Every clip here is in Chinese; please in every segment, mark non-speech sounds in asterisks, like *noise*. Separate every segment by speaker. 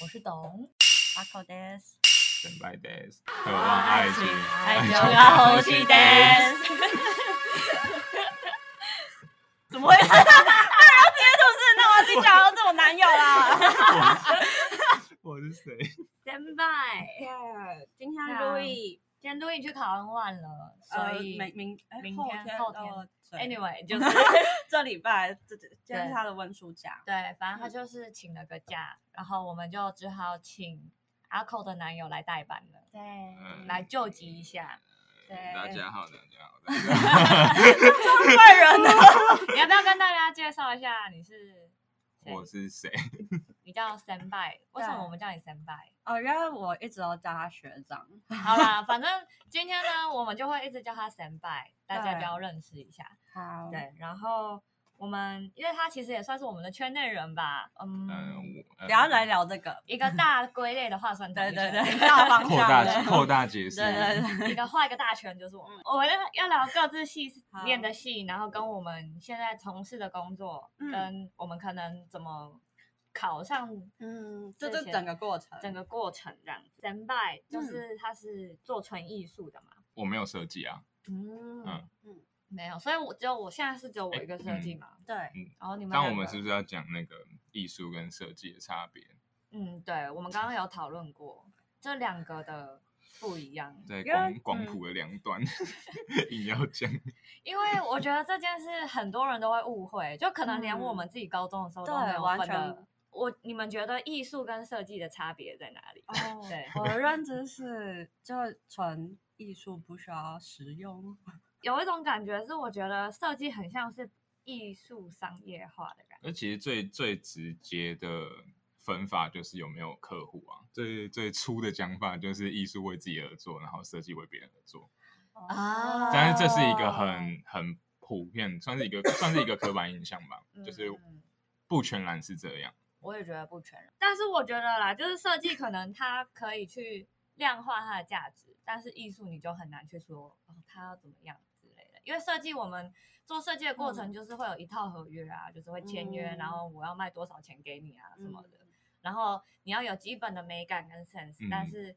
Speaker 1: 我是董，阿口 des，
Speaker 2: 等待
Speaker 3: *laughs*
Speaker 2: days，渴望爱情，
Speaker 1: 爱
Speaker 2: 情
Speaker 1: 就要呼吸 des。怎么会？哎呀，今天是不是那我去交这种男友啦？
Speaker 2: *laughs* 我是谁？
Speaker 4: Stand by。
Speaker 3: Yeah，今天
Speaker 4: 对啊
Speaker 3: Louis，
Speaker 1: 今天录音去考完万了，所
Speaker 3: 呃
Speaker 1: 以
Speaker 3: 明明哎
Speaker 1: 明
Speaker 3: 后
Speaker 1: 天
Speaker 3: 天
Speaker 1: 后天
Speaker 3: 哦对 *laughs*
Speaker 1: anyway 就是
Speaker 3: 这礼拜这这今天
Speaker 1: 对
Speaker 3: 是他的温书假，
Speaker 1: 对，反正他就是请了个假，然后我们就只好请阿寇的男友来代班了，
Speaker 4: 对，
Speaker 2: 嗯
Speaker 1: 来救急一下。
Speaker 2: *laughs* 大
Speaker 1: 对，
Speaker 2: 家好，大家好，大家好。
Speaker 3: 怪人呢。
Speaker 1: 啊你要不要跟大家介绍一下你是谁？
Speaker 2: 我是谁？
Speaker 1: 你叫 Standby，为什么我们叫你 Standby？
Speaker 3: 哦，原来我一直都叫他学长。
Speaker 1: 好啦，反正今天呢，我们就会一直叫他 Standby，大家
Speaker 3: 对
Speaker 1: 就要认识一下。
Speaker 3: 好
Speaker 1: 对，然后我们因为他其实也算是我们的圈内人吧，嗯，
Speaker 2: 嗯，我呃
Speaker 3: 等一下来聊这个，
Speaker 1: 一个大归类的话算
Speaker 3: 对
Speaker 1: 同一
Speaker 3: 对
Speaker 1: 圈
Speaker 3: 对，大方
Speaker 2: 扩
Speaker 3: 向
Speaker 2: 大
Speaker 3: 的。
Speaker 2: 扩大解释。
Speaker 3: 对对对，
Speaker 1: 一个画一个大圈就是我们，我们要聊各自系
Speaker 3: *laughs* 好
Speaker 1: 念的系，然后跟我们现在从事的工作，
Speaker 3: 嗯
Speaker 1: 跟我们可能怎么考上
Speaker 3: 嗯，就
Speaker 1: 这
Speaker 3: 这
Speaker 1: 些
Speaker 3: 整个过程，
Speaker 1: 整个过程这样子。神拜
Speaker 3: 嗯
Speaker 1: 就是他是做纯艺术的嘛，
Speaker 2: *laughs* 我没有设计啊，
Speaker 1: 嗯
Speaker 2: 嗯
Speaker 3: 嗯
Speaker 1: 没有，所以我只有我现在是只有我
Speaker 2: 哎
Speaker 1: 一个设计
Speaker 2: 嗯
Speaker 1: 嘛，
Speaker 3: 对，
Speaker 1: 然后你们
Speaker 2: 但
Speaker 1: 两
Speaker 2: 我们
Speaker 1: 个
Speaker 2: 是不是要讲那个艺术跟设计的差别？
Speaker 1: 嗯，对，我们刚刚有讨论过这两个的不一样，
Speaker 2: 在
Speaker 3: 因为嗯
Speaker 2: 广广谱的两端， *laughs* 硬要讲。
Speaker 1: 因为我觉得这件事很多人都会误会，就可能连我们自己高中的时候都
Speaker 3: 嗯
Speaker 1: 没有
Speaker 3: 对
Speaker 1: 分
Speaker 3: 完
Speaker 1: 的
Speaker 3: 全。
Speaker 1: 我你们觉得艺术跟设计的差别在哪
Speaker 3: *laughs*
Speaker 1: 里？
Speaker 3: 哦
Speaker 1: 对
Speaker 3: 我的认知是，就纯艺术不需要实用。
Speaker 1: 有一种感觉是，我觉得设计很像是艺术商业化的感觉。
Speaker 2: 而其实最最直接的分法就是有没有客户啊，最最粗的讲法就是艺术为自己而做，然后设计为别人而做。
Speaker 3: 哦
Speaker 1: 啊
Speaker 2: 但是这是一个很很普遍，算是一个算是一个刻板印象
Speaker 1: *laughs*
Speaker 2: 吧，就是
Speaker 1: 嗯
Speaker 2: 不全然是这样。
Speaker 1: 我也觉得不全然，但是我觉得啦，就是设计可能它可以去量化它的价值，但是艺术你就很难去说哦，它要怎么样之类的。因为设计我们做设计的过程就是会有一套合约啊，就是会签约，
Speaker 3: 嗯
Speaker 1: 然后我要卖多少钱给你啊什么的，然后你要有基本的美感跟 sense，、
Speaker 2: 嗯
Speaker 1: 但是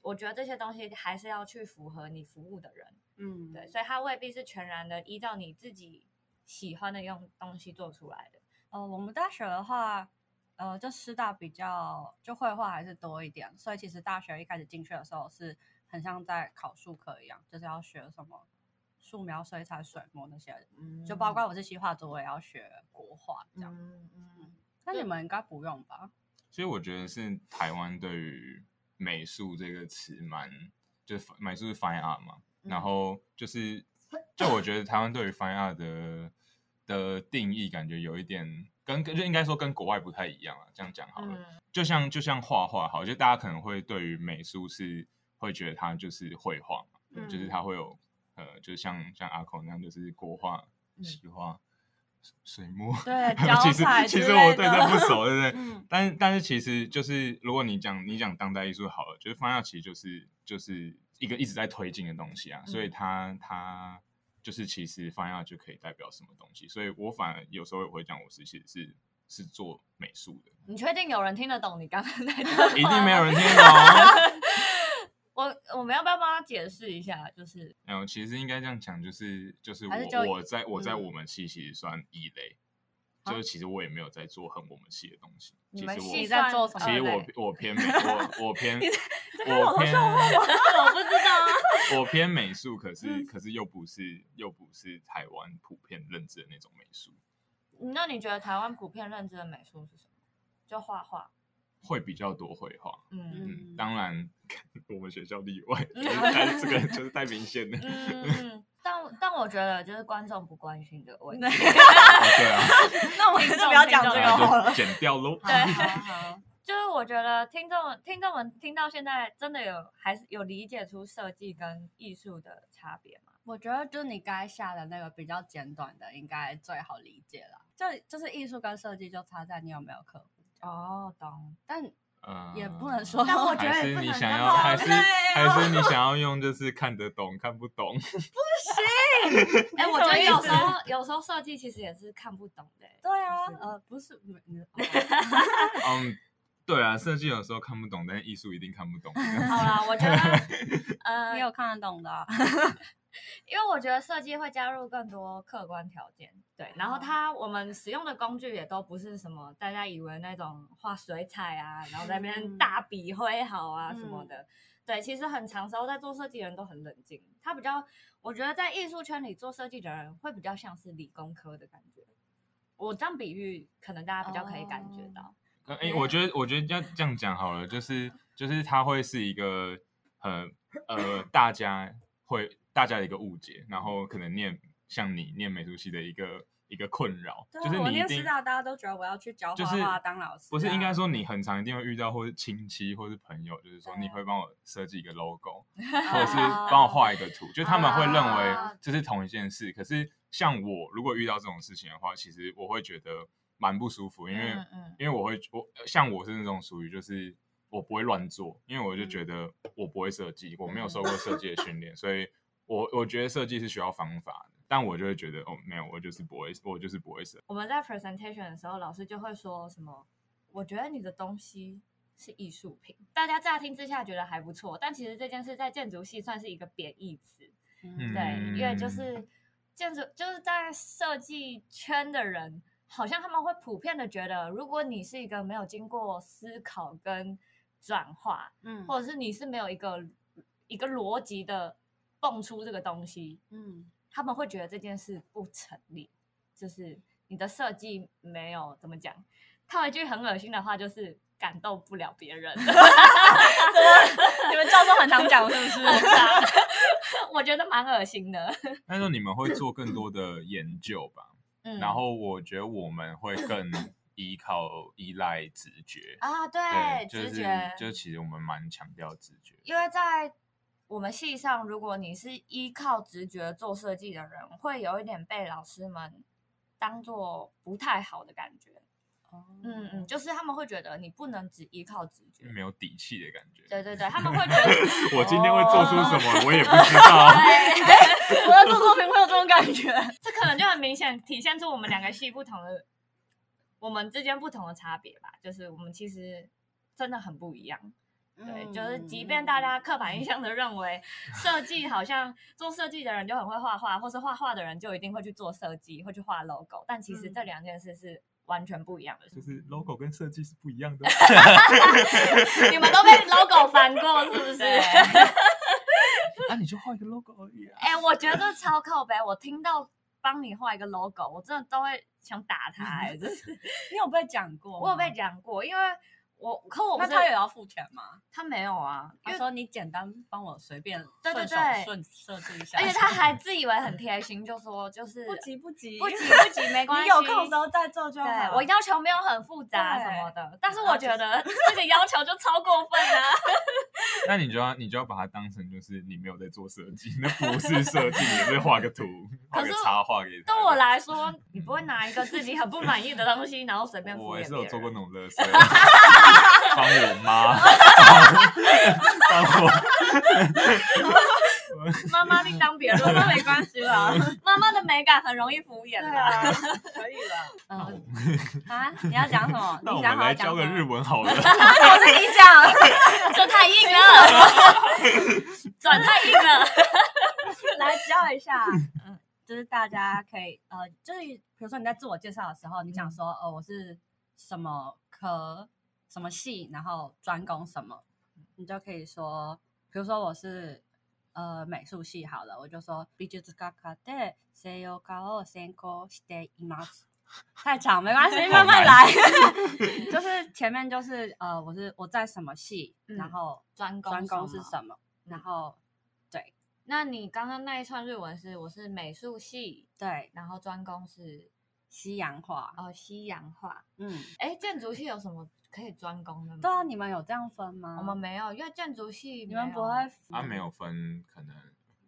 Speaker 1: 我觉得这些东西还是要去符合你服务的人，
Speaker 3: 嗯，
Speaker 1: 对，所以它未必是全然的依照你自己喜欢的用东西做出来的。
Speaker 3: 呃，我们大学的话，呃，就师大比较就绘画还是多一点，所以其实大学一开始进去的时候是很像在考数课一样，就是要学什么素描、水彩、水墨那些的，
Speaker 1: 嗯
Speaker 3: 就包括我是西画组，我也要学国画这样。
Speaker 1: 嗯嗯。
Speaker 3: 那你们应该不用吧？
Speaker 2: 所以我觉得是台湾对于美术这个词蛮，就是美术是 fine art 嘛，
Speaker 1: 嗯
Speaker 2: 然后就是就我觉得台湾对于 fine art 的的定义感觉有一点跟跟就应该说跟国外不太一样啊，这样讲好了。
Speaker 1: 嗯
Speaker 2: 就像就像画画好，就大家可能会对于美术是会觉得它就是绘画嘛，
Speaker 1: 嗯
Speaker 2: 就是它会有呃，就像像阿孔那样，就是国画、
Speaker 1: 嗯
Speaker 2: 西画、水水墨。 *laughs*
Speaker 3: 对
Speaker 2: 哎其
Speaker 3: 脚
Speaker 2: 实
Speaker 3: 踩
Speaker 2: 其
Speaker 3: 之
Speaker 2: 实我
Speaker 3: 类
Speaker 2: 对
Speaker 3: 的
Speaker 2: 这不熟，对不对？
Speaker 3: *laughs* 嗯
Speaker 2: 但但是其实就是，如果你讲你讲当代艺术好了，就是方向其实就是就是一个一直在推进的东西啊，
Speaker 1: 嗯
Speaker 2: 所以它它就是其实方向就可以代表什么东西，所以我反而有时候也会讲，我是其实是是做美术的，
Speaker 1: 你确定有人听得懂你刚刚在讲？
Speaker 2: 一定没有。人听得懂。
Speaker 1: 我我们要不要帮他解释一下？就是
Speaker 2: 然后哎其实应该这样讲，就是就是我
Speaker 3: 还是就
Speaker 2: 我在我在
Speaker 3: 嗯
Speaker 2: 我们系其实算异类，
Speaker 1: 啊
Speaker 2: 就是其实我也没有在做很我们系的东西，
Speaker 1: 你
Speaker 2: 其
Speaker 1: 们
Speaker 2: 实
Speaker 1: 系
Speaker 2: 我。
Speaker 3: 在
Speaker 1: 算
Speaker 3: 做什么
Speaker 2: 其实
Speaker 1: 二类
Speaker 2: 我
Speaker 1: *laughs*
Speaker 2: 我偏
Speaker 3: *laughs*
Speaker 2: 美，我我偏我
Speaker 3: 我
Speaker 2: 偏
Speaker 3: 哦
Speaker 1: 我不知道啊。
Speaker 2: 我偏美术，可
Speaker 3: 嗯
Speaker 2: 是可是又不是又不是台湾普遍认知的那种美术，
Speaker 1: *laughs* 那你觉得台湾普遍认知的美术是什么？就画画。
Speaker 2: 会比较多绘画。
Speaker 1: 嗯
Speaker 2: 嗯，
Speaker 3: 嗯
Speaker 2: *laughs* 当然我们学校例
Speaker 3: *laughs*
Speaker 2: 外，但是这个就是太明显了。哦
Speaker 1: 嗯嗯。 *laughs* 但但我觉得就是观众不关心这个问题。
Speaker 2: 哦对啊，
Speaker 3: *laughs* 那我们就不要讲
Speaker 1: *laughs*
Speaker 3: 这
Speaker 1: 对
Speaker 3: 个
Speaker 2: 那
Speaker 1: 啊
Speaker 3: 好
Speaker 2: 就
Speaker 3: 了。
Speaker 2: 剪掉喽。
Speaker 1: 对
Speaker 3: *laughs* 好好好，
Speaker 1: 就是我觉得听众听众们听到现在，真的有还是有理解出设计跟艺术的差别吗？
Speaker 3: 我觉得就是你该下的那个比较简短的，应该最好理解了。就就是艺术跟设计就差在你有没有客户，
Speaker 1: 哦，懂。
Speaker 3: 但
Speaker 2: 嗯
Speaker 3: 也不能说 *laughs*
Speaker 1: 但我觉得
Speaker 2: 还
Speaker 1: 也
Speaker 2: 是
Speaker 1: 不
Speaker 2: 你
Speaker 1: 能
Speaker 2: 想
Speaker 1: 这
Speaker 2: 要，
Speaker 1: 样
Speaker 3: 啊
Speaker 2: 还
Speaker 1: 讲
Speaker 2: 是
Speaker 3: 累
Speaker 2: 还是你想要用，就是看得懂看不懂，
Speaker 1: 哎、我觉得有时候有时候设计其实也是看不懂的、欸
Speaker 3: 对啊
Speaker 1: 就是，
Speaker 3: 呃，不是，嗯嗯
Speaker 2: 嗯，对啊，设计有时候看不懂，但是艺术一定看不懂。
Speaker 3: *laughs*
Speaker 1: 好啦，我觉得，呃
Speaker 3: 你，有看得懂的啊、
Speaker 1: 因为我觉得设计会加入更多客观条件，对，然后
Speaker 3: 哦
Speaker 1: 它我们使用的工具也都不是什么大家以为那种画水彩啊，然后在那边
Speaker 3: 嗯
Speaker 1: 大笔挥毫啊什么的，对，其实很长时候在做设计的人都很冷静，他比较，我觉得在艺术圈里做设计的人会比较像是理工科的感觉，我这样比喻可能大家比较可以感觉
Speaker 3: 哦
Speaker 1: 到。
Speaker 2: 呃哎、我觉得，我觉得要这样讲好了，就是就是它会是一个很呃大家会大家的一个误解，然后可能念像你念美术系的一个一个困扰，
Speaker 3: 对啊
Speaker 2: 就是
Speaker 3: 我
Speaker 2: 你一
Speaker 3: 念
Speaker 2: 定
Speaker 3: 师 *laughs* 大，大家都觉得我要去教
Speaker 2: 就
Speaker 3: 画
Speaker 2: 是
Speaker 3: 画当老师
Speaker 2: 不是应该
Speaker 3: 啊
Speaker 2: 说你很常一定会遇到，或是亲戚或是朋友，就是说
Speaker 3: 对
Speaker 2: 你
Speaker 3: 啊
Speaker 2: 会帮我设计一个 logo，或
Speaker 3: 或
Speaker 2: 者是帮
Speaker 1: 啊
Speaker 2: 我画一个图，就他们会认
Speaker 1: 啊
Speaker 2: 为这是同一件事。可是像我如果遇到这种事情的话，其实我会觉得蛮不舒服，因为、
Speaker 1: 嗯嗯
Speaker 2: 因为我会我像我是那种属于就是我不会乱做，因为我就
Speaker 3: 嗯
Speaker 2: 觉得我不会设计，我没有
Speaker 1: 嗯
Speaker 2: 受过设计的训
Speaker 1: *laughs*
Speaker 2: 练，所以我我觉得设计是需要方法的。但我就会觉得哦，没有，我就是不会，我就是不会设计。
Speaker 1: 我们在 presentation 的时候，老师就会说什么？我觉得你的东西是艺术品，大家乍听之下觉得还不错，但其实这件事在建筑系算是一个贬义词，
Speaker 3: 嗯
Speaker 1: 对，因为就
Speaker 2: 嗯
Speaker 1: 是建筑就是在设计圈的人，好像他们会普遍的觉得，如果你是一个没有经过思考跟转化，
Speaker 3: 嗯
Speaker 1: 或者是你是没有一个一个逻辑的蹦出这个东西，
Speaker 3: 嗯
Speaker 1: 他们会觉得这件事不成立，就是你的设计没有怎么讲，套一句很恶心的话，就是感动不了别人。
Speaker 3: *laughs*
Speaker 1: *laughs*
Speaker 3: 你们教授很常讲是不是？ *laughs*
Speaker 1: 啊 *laughs* 我觉得蛮恶心的。
Speaker 2: 但是你们会做更多的研究吧？
Speaker 1: 嗯
Speaker 2: 然后我觉得我们会更依靠依赖直觉，
Speaker 1: 啊，对，
Speaker 2: 对，就
Speaker 1: 直
Speaker 2: 是
Speaker 1: 觉，
Speaker 2: 就其实我们蛮强调直觉。
Speaker 1: 因为在我们系上，如果你是依靠直觉做设计的人，会有一点被老师们当做不太好的感觉。嗯嗯，就是他们会觉得你不能只依靠直觉。
Speaker 2: 没有底气的感觉。
Speaker 1: 对对对，他们会觉得
Speaker 2: *laughs* 我今天会做出什么，我也不
Speaker 1: *laughs*
Speaker 2: 知道。
Speaker 3: *laughs* 我在做作品会有这种感觉。
Speaker 1: 这可能就很明显体现出我们两个系不同的，我们之间不同的差别吧。就是我们其实真的很不一样。
Speaker 3: 嗯
Speaker 1: 对，就是即便大家刻板印象的认为设计好像做设计的人就很会画画，或是画画的人就一定会去做设计，会去画 logo，但其实这
Speaker 3: 嗯
Speaker 1: 两件事是完全不一样的事。
Speaker 2: 就是 logo 跟设计是不一样 *laughs* 的。
Speaker 1: 你们都被 logo 烦过是不是？
Speaker 3: 对
Speaker 2: 那你就画一个 logo 而已啊。
Speaker 1: *laughs* 哎、我觉得这超靠北，我听到。帮你画一个 logo，我真的都会想打他、哎，真是
Speaker 3: *laughs* 你有被讲过？
Speaker 1: 我有被。讲过，因为我可我不
Speaker 3: 哦那
Speaker 1: 是
Speaker 3: 他也要付钱吗？
Speaker 1: 他没有啊，因
Speaker 3: 他
Speaker 1: 为
Speaker 3: 说你简单帮我随便
Speaker 1: 对对
Speaker 3: 顺手
Speaker 1: 对
Speaker 3: 顺设计一下，
Speaker 1: 而且他还自以为很贴心，就说就是
Speaker 3: 不急不急，
Speaker 1: 不急不急，没关
Speaker 3: 你
Speaker 1: 系，
Speaker 3: 有空的时候再做就好。
Speaker 1: 对我要求没有很复杂
Speaker 3: 对
Speaker 1: 什么的，但是
Speaker 3: 然
Speaker 1: 我
Speaker 3: 后就
Speaker 1: 觉得这个要求就超过分啊！
Speaker 2: *laughs* 那你就要你就要把它当成就是你没有在做设计，那不是设计，你是画个图，画
Speaker 1: 可
Speaker 2: 个
Speaker 1: 是
Speaker 2: 插画给他。
Speaker 1: 对我，来说，你不会拿一个自己很不满意的东西，然后随便敷
Speaker 2: 我
Speaker 1: 衍
Speaker 2: 也是有做过
Speaker 1: 别人
Speaker 2: 那种乐色，帮我妈，帮我。
Speaker 1: 妈妈另当别论，
Speaker 3: *laughs*
Speaker 1: 那没关系啦。啊妈妈的美感很容易敷衍
Speaker 3: 对
Speaker 1: 的。
Speaker 3: 啊，可以
Speaker 4: *laughs*
Speaker 3: 了。嗯啊，你要讲什么？
Speaker 2: *laughs* 那
Speaker 3: 你
Speaker 2: 我
Speaker 3: 想
Speaker 2: 们
Speaker 3: 好
Speaker 2: 来
Speaker 3: 好讲
Speaker 2: 教个
Speaker 3: 什么
Speaker 2: 日，文好了。
Speaker 1: 啊
Speaker 3: *laughs* 我是你讲，
Speaker 1: 这太硬了，转太硬了。
Speaker 3: 来教一下。嗯，就是大家可以呃，就是比如说你在自我介绍的时候，你
Speaker 1: 嗯
Speaker 3: 讲说哦，我是什么科什么系，然后专攻什么，
Speaker 1: 嗯
Speaker 3: 你就可以说，比如说我是。呃，美术系好了，我就说美術学科で西洋画を専攻してい
Speaker 1: *laughs*
Speaker 3: ます。太长没关系，慢慢来。 *laughs* 就是前面就是呃，我是我在什么系，
Speaker 1: 嗯
Speaker 3: 然后
Speaker 1: 专攻
Speaker 3: *laughs* 专攻
Speaker 1: 什
Speaker 3: 是
Speaker 1: 么嗯
Speaker 3: 什么，然后
Speaker 1: 那你刚刚那一串日文是，我是美术系，
Speaker 3: 对
Speaker 1: 然后专攻是
Speaker 3: 西洋画，
Speaker 1: 哦西洋画。
Speaker 3: 嗯，
Speaker 1: 哎，建筑系有什么可以专攻的吗？
Speaker 3: 对啊，你们有这样分吗？
Speaker 1: 我们没有，因为建筑系
Speaker 3: 你们
Speaker 1: 没
Speaker 3: 不
Speaker 1: 有啊
Speaker 3: 会，
Speaker 2: 啊，没有分可能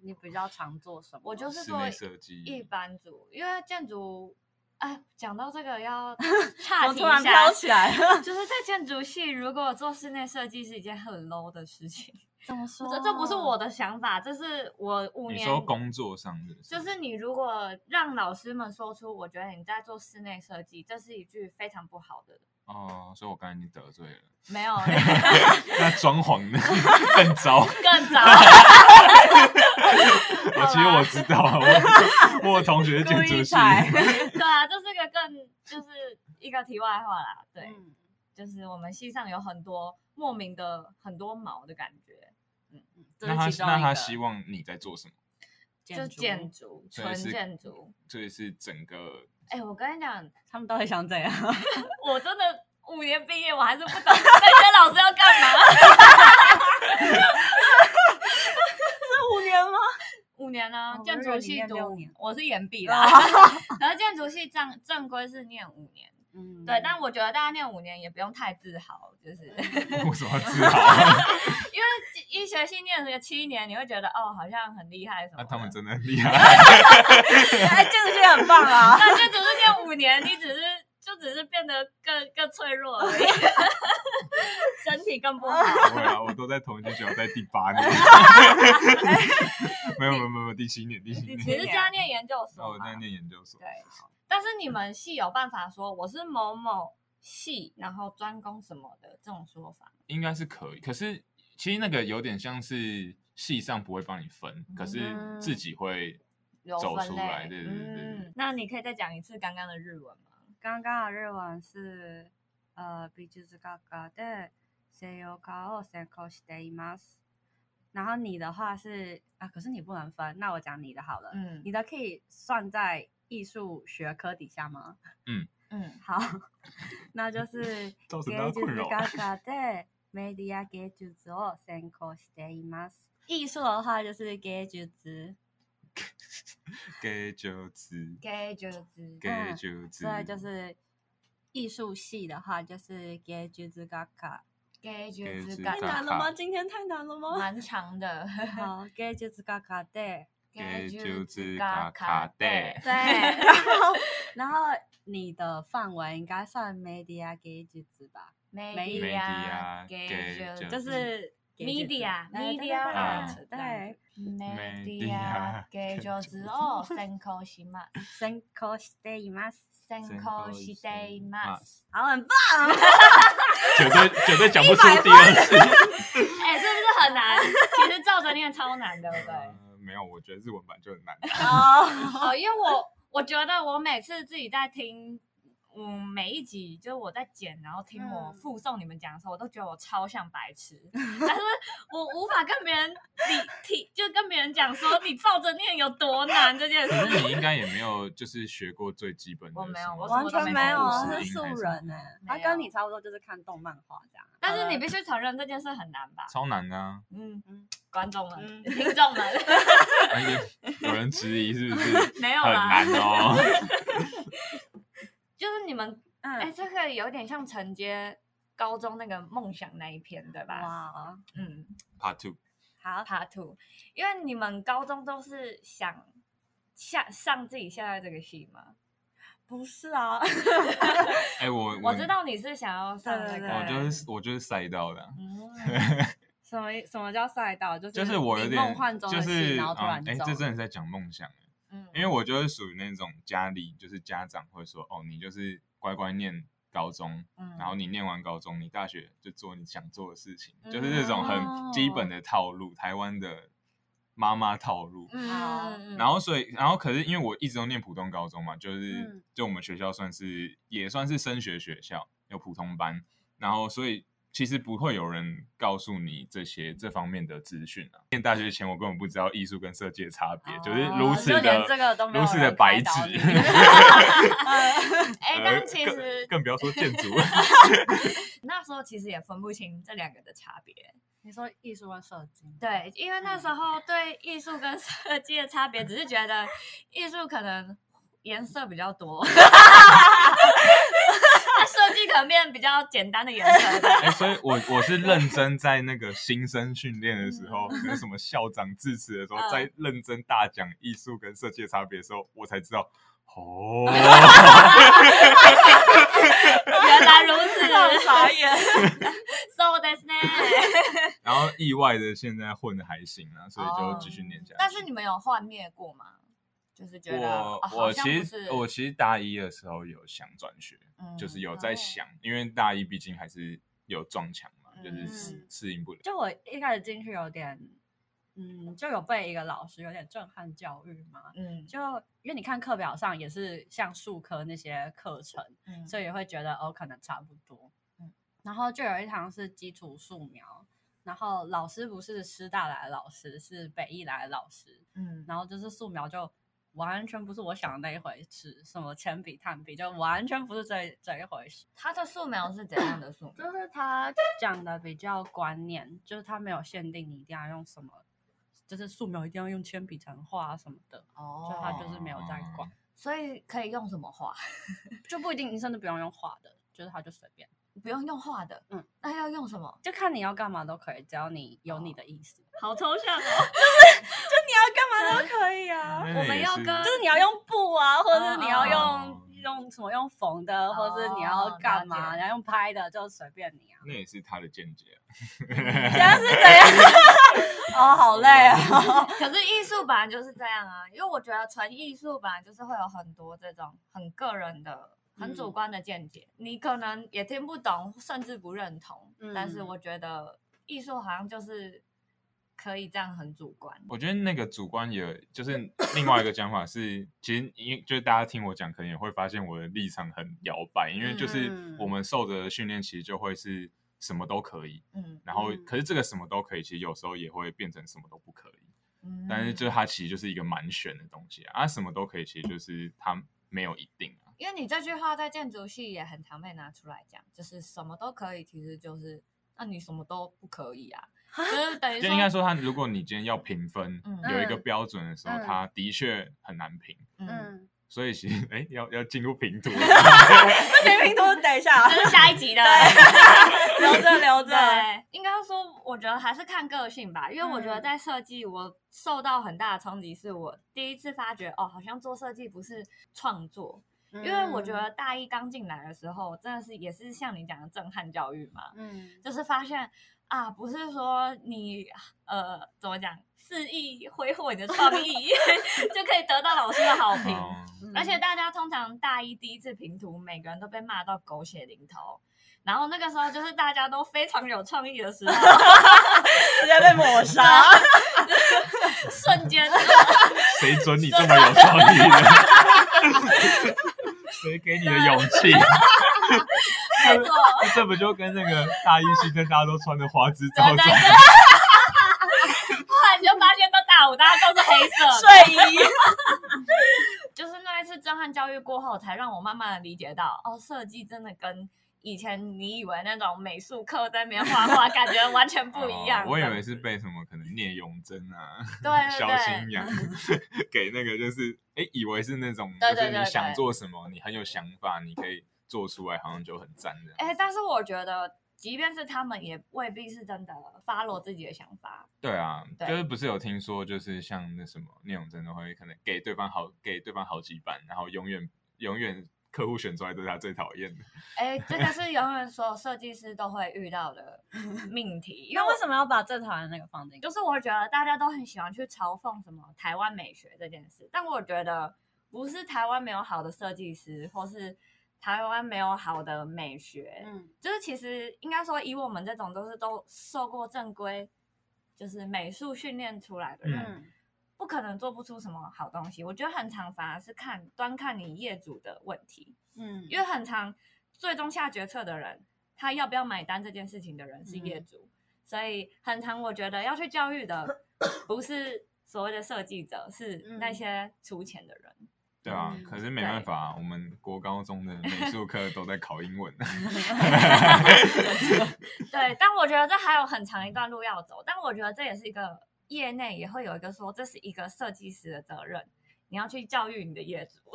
Speaker 3: 你比较常做什么？
Speaker 1: 我就是
Speaker 2: 室
Speaker 1: 做
Speaker 2: 内设计，
Speaker 1: 一般组，因为建筑，哎，讲到这个
Speaker 3: *laughs*
Speaker 1: 要岔
Speaker 3: 我
Speaker 1: 题
Speaker 3: 突然
Speaker 1: 一下
Speaker 3: 飘， *laughs* 起来了，
Speaker 1: 就是在建筑系，如果做室内设计是一件很 low 的事情，
Speaker 3: *laughs* 怎么说
Speaker 1: 这这不是
Speaker 3: 哦
Speaker 1: 我的想法，这是我五
Speaker 2: 你
Speaker 1: 年。
Speaker 2: 说工作上的，
Speaker 1: 就是你如果让老师们说出，我觉得你在做室内设计，这是一句非常不好的
Speaker 2: 哦，所以我刚才已经得罪了。 *laughs*
Speaker 1: 没
Speaker 3: *laughs*
Speaker 1: 有
Speaker 2: 那装潢呢 *laughs* 更糟。
Speaker 1: 更早，
Speaker 3: *laughs*
Speaker 2: 我其实我知道，啊我我有同学是建
Speaker 3: 故
Speaker 2: 筑
Speaker 3: 意
Speaker 2: 系，
Speaker 3: 踩，
Speaker 2: *laughs*
Speaker 1: 对啊，这是个更就是一个题外话啦。对，
Speaker 3: 嗯
Speaker 1: 就是我们系上有很多莫名的很多毛的感觉，
Speaker 3: *laughs* 这
Speaker 2: 那
Speaker 3: 是
Speaker 2: 他
Speaker 3: 其中
Speaker 2: 那
Speaker 3: 一
Speaker 2: 他
Speaker 3: 个
Speaker 2: 希望你在做什么？
Speaker 1: 就是
Speaker 3: 筑
Speaker 1: 建筑
Speaker 2: 所以
Speaker 1: 纯
Speaker 2: 是
Speaker 1: 建筑。
Speaker 2: 这也是整个
Speaker 1: 哎、我跟你讲，
Speaker 3: 他们到底想怎样？
Speaker 1: 我真的五年毕业，我还是不
Speaker 3: *laughs*
Speaker 1: 懂那些老师要干嘛。
Speaker 3: 这五年吗？
Speaker 1: 五年呢、啊 *laughs*
Speaker 3: 哦
Speaker 1: 建
Speaker 3: 我以为
Speaker 1: 筑
Speaker 3: 你
Speaker 1: 系
Speaker 3: 念
Speaker 1: 读
Speaker 3: 六年，哦
Speaker 1: 我是延毕啦。 *laughs* 然后建筑系正正规是念五年，
Speaker 3: *laughs* 嗯
Speaker 1: 对，但我觉得大家念五年也不用太自豪，就是因 *laughs* 为
Speaker 2: 为什么要自豪？啊
Speaker 1: 医学系念了七年，你会觉得哦，好像很厉害什么
Speaker 2: 那
Speaker 1: 的。
Speaker 2: 他们真的很厉 *laughs* 害，啊
Speaker 3: 哎，建筑系很棒啊。
Speaker 1: 那就只是念五年，你只是就只是变得更更脆弱而已， *laughs* 身体更不好。
Speaker 2: *laughs* 不会啊，我都在同一间学校，在第八年， *laughs* 没有没有没有没有第七年第七
Speaker 1: 你
Speaker 2: 年， *laughs*
Speaker 1: 其实家念研究
Speaker 2: 哦，
Speaker 1: 所
Speaker 2: 我在
Speaker 1: 嘛，
Speaker 2: 念研究所
Speaker 1: 对，。但是你们系有办法说我是某某系，然后专攻什么的这种说法吗。
Speaker 2: 应该是可以。可是其实那个有点像是系上不会帮你分，可是自己会
Speaker 1: 有
Speaker 2: 走
Speaker 1: 分
Speaker 2: 出
Speaker 1: 类
Speaker 2: 来。对对对对对。
Speaker 1: 嗯，那你可以再讲一次刚刚的日文吗？
Speaker 3: *laughs* 刚刚的日文是呃，美術学科で西洋科を専攻しています。然后你的话是啊，可是你不能分，那我讲你的好了。
Speaker 1: 嗯
Speaker 3: 你的可以算在艺术学科底下吗？ *laughs*
Speaker 1: 嗯，
Speaker 3: 好，那就是
Speaker 2: *laughs* 造成大家
Speaker 3: 芸術
Speaker 2: 困扰 *laughs*
Speaker 3: 学科でメディア芸術を専攻しています。艺术的话就是
Speaker 2: 嗯
Speaker 3: 芸術，
Speaker 2: 给九子，
Speaker 1: 给就是
Speaker 2: 给九子，
Speaker 3: 嗯所以就是艺术系的话就是芸術学科。
Speaker 1: 给就
Speaker 2: 给就是是
Speaker 1: 感
Speaker 2: 太难了吗
Speaker 3: 今天太难了吗
Speaker 1: 蛮长 *laughs* 的。
Speaker 3: 好，芸術学科で，
Speaker 2: 给
Speaker 1: 就
Speaker 2: 九
Speaker 1: 是
Speaker 2: 子
Speaker 1: 嘎
Speaker 2: 嘎
Speaker 1: 嘎
Speaker 2: 嘎
Speaker 1: 的
Speaker 2: 带。
Speaker 3: 对， *laughs*
Speaker 1: *laughs*
Speaker 3: 然后然后你的范围应该算 media 芸術吧，
Speaker 1: media
Speaker 2: Media，
Speaker 1: 给
Speaker 2: 给
Speaker 3: 就
Speaker 2: 就是
Speaker 1: media，
Speaker 3: 对对
Speaker 1: media
Speaker 2: 啊
Speaker 3: 对对对
Speaker 1: 嗯，media
Speaker 2: media
Speaker 1: 给就
Speaker 2: 就
Speaker 1: 只
Speaker 2: 是
Speaker 1: *laughs* 哦辛苦しま
Speaker 3: 専攻しています。
Speaker 1: 辛苦しています。
Speaker 3: 好，很棒。
Speaker 2: 绝对绝对讲不出第二次。
Speaker 1: 哎，是不是很难？ *laughs* 其实照着念超难的，对不对？
Speaker 2: 呃 *laughs* 没有，我觉得日文版就很难。
Speaker 3: 哦，
Speaker 1: 哦，因为我我觉得我每次自己在听，嗯，每一集就是我在剪，然后听我
Speaker 3: 嗯
Speaker 1: 附送你们讲的时候，我都觉得我超像白痴， *laughs* 但是我无法跟别人理提，就跟别人讲说你照着念有多难这件
Speaker 3: *laughs*
Speaker 2: 可是
Speaker 1: 事。
Speaker 2: 你应该也没有就是学过最基本的
Speaker 1: 我
Speaker 2: 什么，
Speaker 1: 没有我
Speaker 3: 完全没有啊，
Speaker 1: 我
Speaker 3: 是
Speaker 2: 是
Speaker 3: 素人呢。他
Speaker 1: 没有
Speaker 3: 跟你差不多，就是看动漫画这样。
Speaker 1: 但是
Speaker 3: 好
Speaker 1: 你
Speaker 3: 了
Speaker 1: 必须承认这件事很难吧？
Speaker 2: 超难的啊！
Speaker 1: 嗯
Speaker 3: 嗯，
Speaker 1: 观众们、
Speaker 3: 嗯
Speaker 1: 听众们， *laughs*
Speaker 2: 哎有人质疑是不是
Speaker 1: 没有
Speaker 2: 很
Speaker 1: 啦
Speaker 2: 难，哦？
Speaker 1: *laughs* 就是你们，哎、
Speaker 3: 嗯，
Speaker 1: 这个有点像承接高中那个梦想那一篇，对
Speaker 3: 哎
Speaker 1: 吧？
Speaker 3: 哇，
Speaker 1: 嗯，
Speaker 2: Part Two，
Speaker 3: 好，
Speaker 1: Part Two，因为你们高中都是想下上自己现在这个系吗？
Speaker 3: 不是啊，
Speaker 2: 哎，我
Speaker 1: 我知，道你是想要上那
Speaker 3: 对
Speaker 1: 个，
Speaker 3: 对
Speaker 2: 我哦就是我就是塞到的啊，
Speaker 1: *laughs*
Speaker 2: *laughs*
Speaker 1: 嗯，
Speaker 3: 什么意什么叫赛道？就是
Speaker 2: 就是我有
Speaker 3: 你
Speaker 2: 点
Speaker 3: 梦幻中
Speaker 2: 就
Speaker 3: 的戏，
Speaker 2: 是
Speaker 3: 然后突然
Speaker 2: 嗯哎，这
Speaker 3: 中
Speaker 2: 真的是在讲梦想。欸
Speaker 1: 嗯
Speaker 2: 因为我就是属于那种家里就是家长会说，哦，你就是乖乖念高中，
Speaker 1: 嗯
Speaker 2: 然后你念完高中，你大学就做你想做的事情，
Speaker 1: 嗯
Speaker 2: 就是这种很基本的套路，台湾的妈妈套路。
Speaker 1: 嗯，
Speaker 2: 然后所以，然后可是因为我一直都念普通高中嘛，就是、
Speaker 3: 嗯
Speaker 2: 就我们学校算是也算是升学学校，有普通班，然后所以其实不会有人告诉你这些这方面的资讯啊。念大学前我根本不知道艺术跟设计的差别，就是
Speaker 3: 哦
Speaker 2: 如此
Speaker 3: 就连
Speaker 2: 的
Speaker 3: 这个都没有
Speaker 2: 如此的
Speaker 3: 人
Speaker 2: 白
Speaker 3: 开
Speaker 2: 纸
Speaker 3: 导你 *laughs*
Speaker 1: 哎、
Speaker 2: *laughs* 呃
Speaker 1: 但其
Speaker 2: 更
Speaker 1: 实
Speaker 2: 更不要说建筑， *laughs*
Speaker 1: 那时候其实也分不清这两个的差别。
Speaker 3: 你说艺术跟设计，
Speaker 1: 对，因为那
Speaker 3: 嗯
Speaker 1: 时候对艺术跟设计的差别，只是觉得艺术可能颜色比较多， *laughs* 那设计可能变比较简单的颜色。
Speaker 2: 哎、所以我我是认真在那个新生训练的时候，跟什么校长致辞的时候，
Speaker 1: 嗯
Speaker 2: 在认真大讲艺术跟设计的差别的时候，我才知道，哦，
Speaker 1: *laughs*
Speaker 3: *laughs*
Speaker 1: 原
Speaker 3: 啊
Speaker 1: 来如此，
Speaker 3: 傻眼。
Speaker 1: So that's it。
Speaker 2: 然后
Speaker 1: 哦
Speaker 2: 意外的现在混的还行啊，所以就继续念下去。
Speaker 1: 但是你们有幻灭过吗？就是觉得
Speaker 2: 我
Speaker 1: 哦好
Speaker 2: 我
Speaker 1: 像
Speaker 2: 其
Speaker 1: 不
Speaker 2: 实
Speaker 1: 是
Speaker 2: 我其实大一的时候有想转学，就是
Speaker 1: 嗯
Speaker 2: 有
Speaker 3: 哦
Speaker 2: 在想，因为大一毕竟还是有撞墙嘛，就是适
Speaker 3: 嗯
Speaker 2: 适应不了。
Speaker 3: *laughs* 就我一开始进去有点，嗯，就有被一个老师有点震撼教育嘛。
Speaker 1: 嗯
Speaker 3: 就因为你看课表上也是像数科那些课程，
Speaker 1: 嗯
Speaker 3: 所以也会觉得哦，可能差不多。
Speaker 1: 嗯
Speaker 3: 嗯，然后就有一堂是基础素描，然后老师不是师大来的老师，是北艺来的老师，
Speaker 1: 嗯
Speaker 3: 然后就是素描就完全不是我想的那一回事，什么铅笔、炭笔就完全不是这这一回事。
Speaker 1: 他的素描是怎样的素描？
Speaker 3: 就是他讲的比较观念，就是他没有限定你一定要用什么，就是素描一定要用铅笔才能画啊什么的，
Speaker 1: 哦
Speaker 3: 就他就是没有在管，
Speaker 1: 所以可以用什么画？
Speaker 3: 就不一定甚至不用用画的，就是他就随便，
Speaker 1: 不用用画的，
Speaker 3: 嗯，
Speaker 1: 那要用什么？
Speaker 3: 就看你要干嘛都可以，只要你有你的意思，
Speaker 1: 好抽象
Speaker 3: *laughs*
Speaker 1: 哦。
Speaker 3: 你要干嘛都可以啊。
Speaker 2: 那
Speaker 1: 我们
Speaker 2: 也
Speaker 1: 要
Speaker 2: 是
Speaker 1: 跟
Speaker 3: 就是你要用布啊，或者是你要用、
Speaker 2: 哦
Speaker 3: 用什么用缝的，或者是
Speaker 1: 哦
Speaker 3: 你要
Speaker 1: 了
Speaker 3: 干嘛，
Speaker 1: 解
Speaker 3: 你要用拍的，就随便你
Speaker 2: *laughs*。
Speaker 3: 啊
Speaker 2: 那也是他的见解啊、
Speaker 3: 现在是怎样？ *laughs* 哦，好累啊、
Speaker 1: 可是艺术本来就是这样啊，因为我觉得纯艺术本来就是会有很多这种很个人的、很主
Speaker 3: 嗯
Speaker 1: 观的见解，你可能也听不懂，甚至不认同。但是
Speaker 3: 嗯
Speaker 1: 我觉得艺术好像就是可以这样很主观。
Speaker 2: 我觉得那个主观也就是另外一个讲法是，其实因就是大家听我讲，可能也会发现我的立场很摇摆，因为就是
Speaker 3: 嗯
Speaker 2: 我们受的训练其实就会是什么都可以，
Speaker 1: 嗯，
Speaker 2: 然后
Speaker 3: 嗯
Speaker 2: 可是这个什么都可以，其实有时候也会变成什么都不可以。
Speaker 1: 嗯
Speaker 2: 但是就它其实就是一个蛮玄的东西啊，啊什么都可以，其实就是它没有一定啊。
Speaker 1: 因为你这句话在建筑系也很常被拿出来讲，就是什么都可以，其实就是那你什么都不可以啊，就是等于
Speaker 2: 就
Speaker 1: 说
Speaker 2: 应该说，它如果你今天要评分
Speaker 1: 嗯，
Speaker 2: 有一个标准的时候，
Speaker 3: 嗯
Speaker 2: 它的确很难评。
Speaker 1: 嗯，
Speaker 3: 嗯，
Speaker 2: 所以其实，哎，要要进入评图了，
Speaker 3: 那平平图等
Speaker 1: *laughs*
Speaker 3: 一下啊
Speaker 1: 这，是下一
Speaker 2: *laughs*
Speaker 1: 集的。
Speaker 3: *laughs* 留着留着。
Speaker 1: 对，应该说，我觉得还是看个性吧，因为我觉得
Speaker 3: 嗯
Speaker 1: 在设计，我受到很大的冲击，是我第一次发觉，哦，好像做设计不是创作，因为我
Speaker 3: 嗯
Speaker 1: 觉得大一刚进来的时候，真的是也是像你讲的震撼教育嘛，
Speaker 3: 嗯，
Speaker 1: 就是发现啊，不是说你呃怎么讲肆意挥霍你的创意 *laughs* 就可以得到老师的好评，
Speaker 2: 哦
Speaker 3: 嗯，
Speaker 1: 而且大家通常大一第一次评图，每个人都被骂到狗血淋头。然后那个时候就是大家都非常有创意的时候， *laughs*
Speaker 3: 直接被抹杀。
Speaker 1: 瞬间
Speaker 2: 谁准你这么有创意
Speaker 1: *laughs*
Speaker 2: 呢？谁给你的勇气？
Speaker 1: 没
Speaker 2: *laughs*
Speaker 1: 错，
Speaker 2: 这不就跟那个大一新生大家都穿的花枝招
Speaker 1: 对对啊
Speaker 2: 展？
Speaker 1: 对。突然你就发现到大五大家都是黑色的，
Speaker 3: 睡衣，
Speaker 1: 就是那一次震撼教育过后，才让我慢慢的理解到，哦，设计真的跟以前你以为那种美术课在那边画画，感觉完全不一样
Speaker 2: 哦
Speaker 1: 了。
Speaker 2: 我以为是被什么可能聂永贞啊、
Speaker 1: 对对
Speaker 2: 萧新
Speaker 1: 对，
Speaker 2: 阳 *laughs* 给那个，就是哎，以为是那种，
Speaker 1: 对
Speaker 2: 就是
Speaker 1: 对对
Speaker 2: 你想
Speaker 1: 对
Speaker 2: 做什么，你很有想法，你可以做出来，好像就很赞的。
Speaker 1: 哎，但是我觉得，即便是他们，也未必是真的 follow 自己的想法。
Speaker 2: 对啊，
Speaker 1: 对
Speaker 2: 就是不是有听说，就是像那什么聂永贞都会可能给对方好给对方好几版，然后永远永远客户选出来都是他最讨厌的。
Speaker 1: 哎，这个是永远所有设计师都会遇到的命题，因为
Speaker 3: 那
Speaker 1: 我
Speaker 3: 为什么要把正常的那个放进去？
Speaker 1: 就是我觉得大家都很喜欢去嘲讽什么台湾美学这件事，但我觉得不是台湾没有好的设计师，或是台湾没有好的美学，
Speaker 3: 嗯
Speaker 1: 就是其实应该说以我们这种都是都受过正规就是美术训练出来的人，
Speaker 2: 嗯
Speaker 3: 嗯
Speaker 1: 不可能做不出什么好东西。我觉得很常反而是看端看你业主的问题，
Speaker 3: 嗯，
Speaker 1: 因为很常最终下决策的人，他要不要买单这件事情的人是业
Speaker 3: 嗯
Speaker 1: 主，所以很常我觉得要去教育的不是所谓的设计者，是那
Speaker 3: 嗯
Speaker 1: 些出钱的人。
Speaker 2: 对啊，
Speaker 3: 嗯
Speaker 2: 可是没办法、啊，我们国高中的美术课都在考英文。
Speaker 1: 对，但我觉得这还有很长一段路要走，但我觉得这也是一个业内也会有一个说，这是一个设计师的责任。你要去教育你的业主，
Speaker 2: *laughs*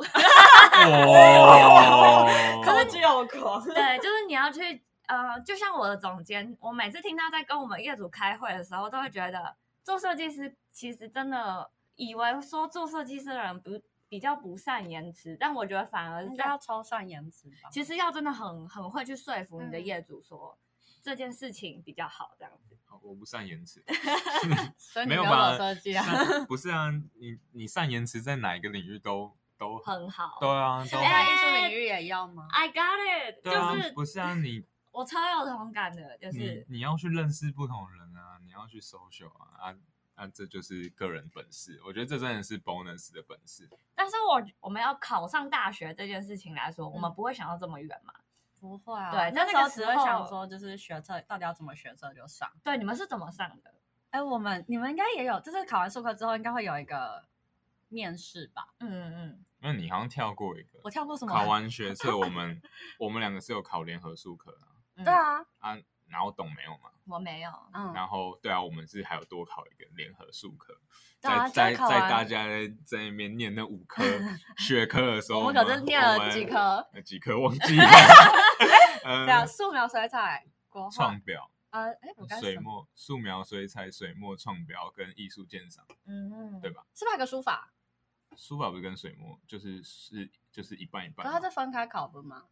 Speaker 2: 哦，
Speaker 3: *laughs* 可是只有狂， *laughs*
Speaker 1: 对，就是你要去，呃，就像我的总监，我每次听他在跟我们业主开会的时候，都会觉得做设计师其实真的以为说做设计师的人不比较不善言辞，但我觉得反而
Speaker 3: 应
Speaker 1: 是
Speaker 3: 该
Speaker 1: 要
Speaker 3: 要超算颜值吧？
Speaker 1: 其实要真的很很会去说服你的
Speaker 3: 嗯
Speaker 1: 业主说。这件事情比较好，这样子。
Speaker 2: 好我不善言辞，
Speaker 3: 所以你
Speaker 2: 没有
Speaker 3: 不要
Speaker 2: 吧
Speaker 3: 搞设计啊，
Speaker 2: 善不是啊，你你善言辞在哪一个领域都都
Speaker 1: 很好
Speaker 2: 对啊，都
Speaker 3: *laughs* 现
Speaker 1: 哎
Speaker 3: 在
Speaker 2: 好
Speaker 3: 艺术领域也要吗？
Speaker 1: I got it，
Speaker 2: 对啊嗯
Speaker 1: 就，是
Speaker 2: 不是啊，你
Speaker 1: 我超有同感的，就
Speaker 2: 你
Speaker 1: 是
Speaker 2: 你要去认识不同人啊，你要去 social 啊啊啊，这就是个人本事。我觉得这真的是 bonus 的本事。
Speaker 1: 但是我我们要考上大学这件事情来说，我们
Speaker 3: 嗯
Speaker 1: 不会想到这么远嘛？
Speaker 3: 不会啊，
Speaker 1: 对
Speaker 3: 那
Speaker 1: 那
Speaker 3: 时候
Speaker 1: 个
Speaker 3: 只
Speaker 1: 时
Speaker 3: 会想
Speaker 1: 候
Speaker 3: 说，就是学测到底要怎么学测就上。
Speaker 1: 对，你们是怎么上的？
Speaker 3: 哎，我们你们应该也有，就是考完授课之后应该会有一个面试吧？
Speaker 1: 嗯嗯嗯，
Speaker 2: 因为你好像跳过一个
Speaker 3: 我，跳过什么？
Speaker 2: 考完学测，我们我们两个是有考联合数科啊，
Speaker 1: 嗯
Speaker 3: 对，啊，
Speaker 2: 啊，然后懂没有嘛？
Speaker 1: 我没有。
Speaker 3: 嗯，
Speaker 2: 然后对啊，我们是还有多考一个联合数科，
Speaker 3: 对啊
Speaker 2: 在在
Speaker 3: 就考
Speaker 2: 在
Speaker 3: 完
Speaker 2: 大家在那边念那五
Speaker 3: *laughs*
Speaker 2: 科学科的时候，
Speaker 3: 我们可是念了几
Speaker 2: 我
Speaker 3: 科
Speaker 2: 们，呃几科忘记了，
Speaker 3: *laughs* 对啊，
Speaker 2: 呃，
Speaker 3: 素描、水彩、国画
Speaker 2: 创，表、
Speaker 3: 呃，哎，我刚才
Speaker 2: 哦水
Speaker 3: 什么？
Speaker 2: 墨、素描、水彩、水墨、创表跟艺术鉴赏，
Speaker 1: 嗯嗯，
Speaker 2: 对吧？
Speaker 3: 是不是还有个书法？
Speaker 2: 书法不是跟水墨就是是就是一半一
Speaker 3: 可
Speaker 2: 半
Speaker 3: 是
Speaker 2: 嘛，
Speaker 3: 它是分开考不是吗？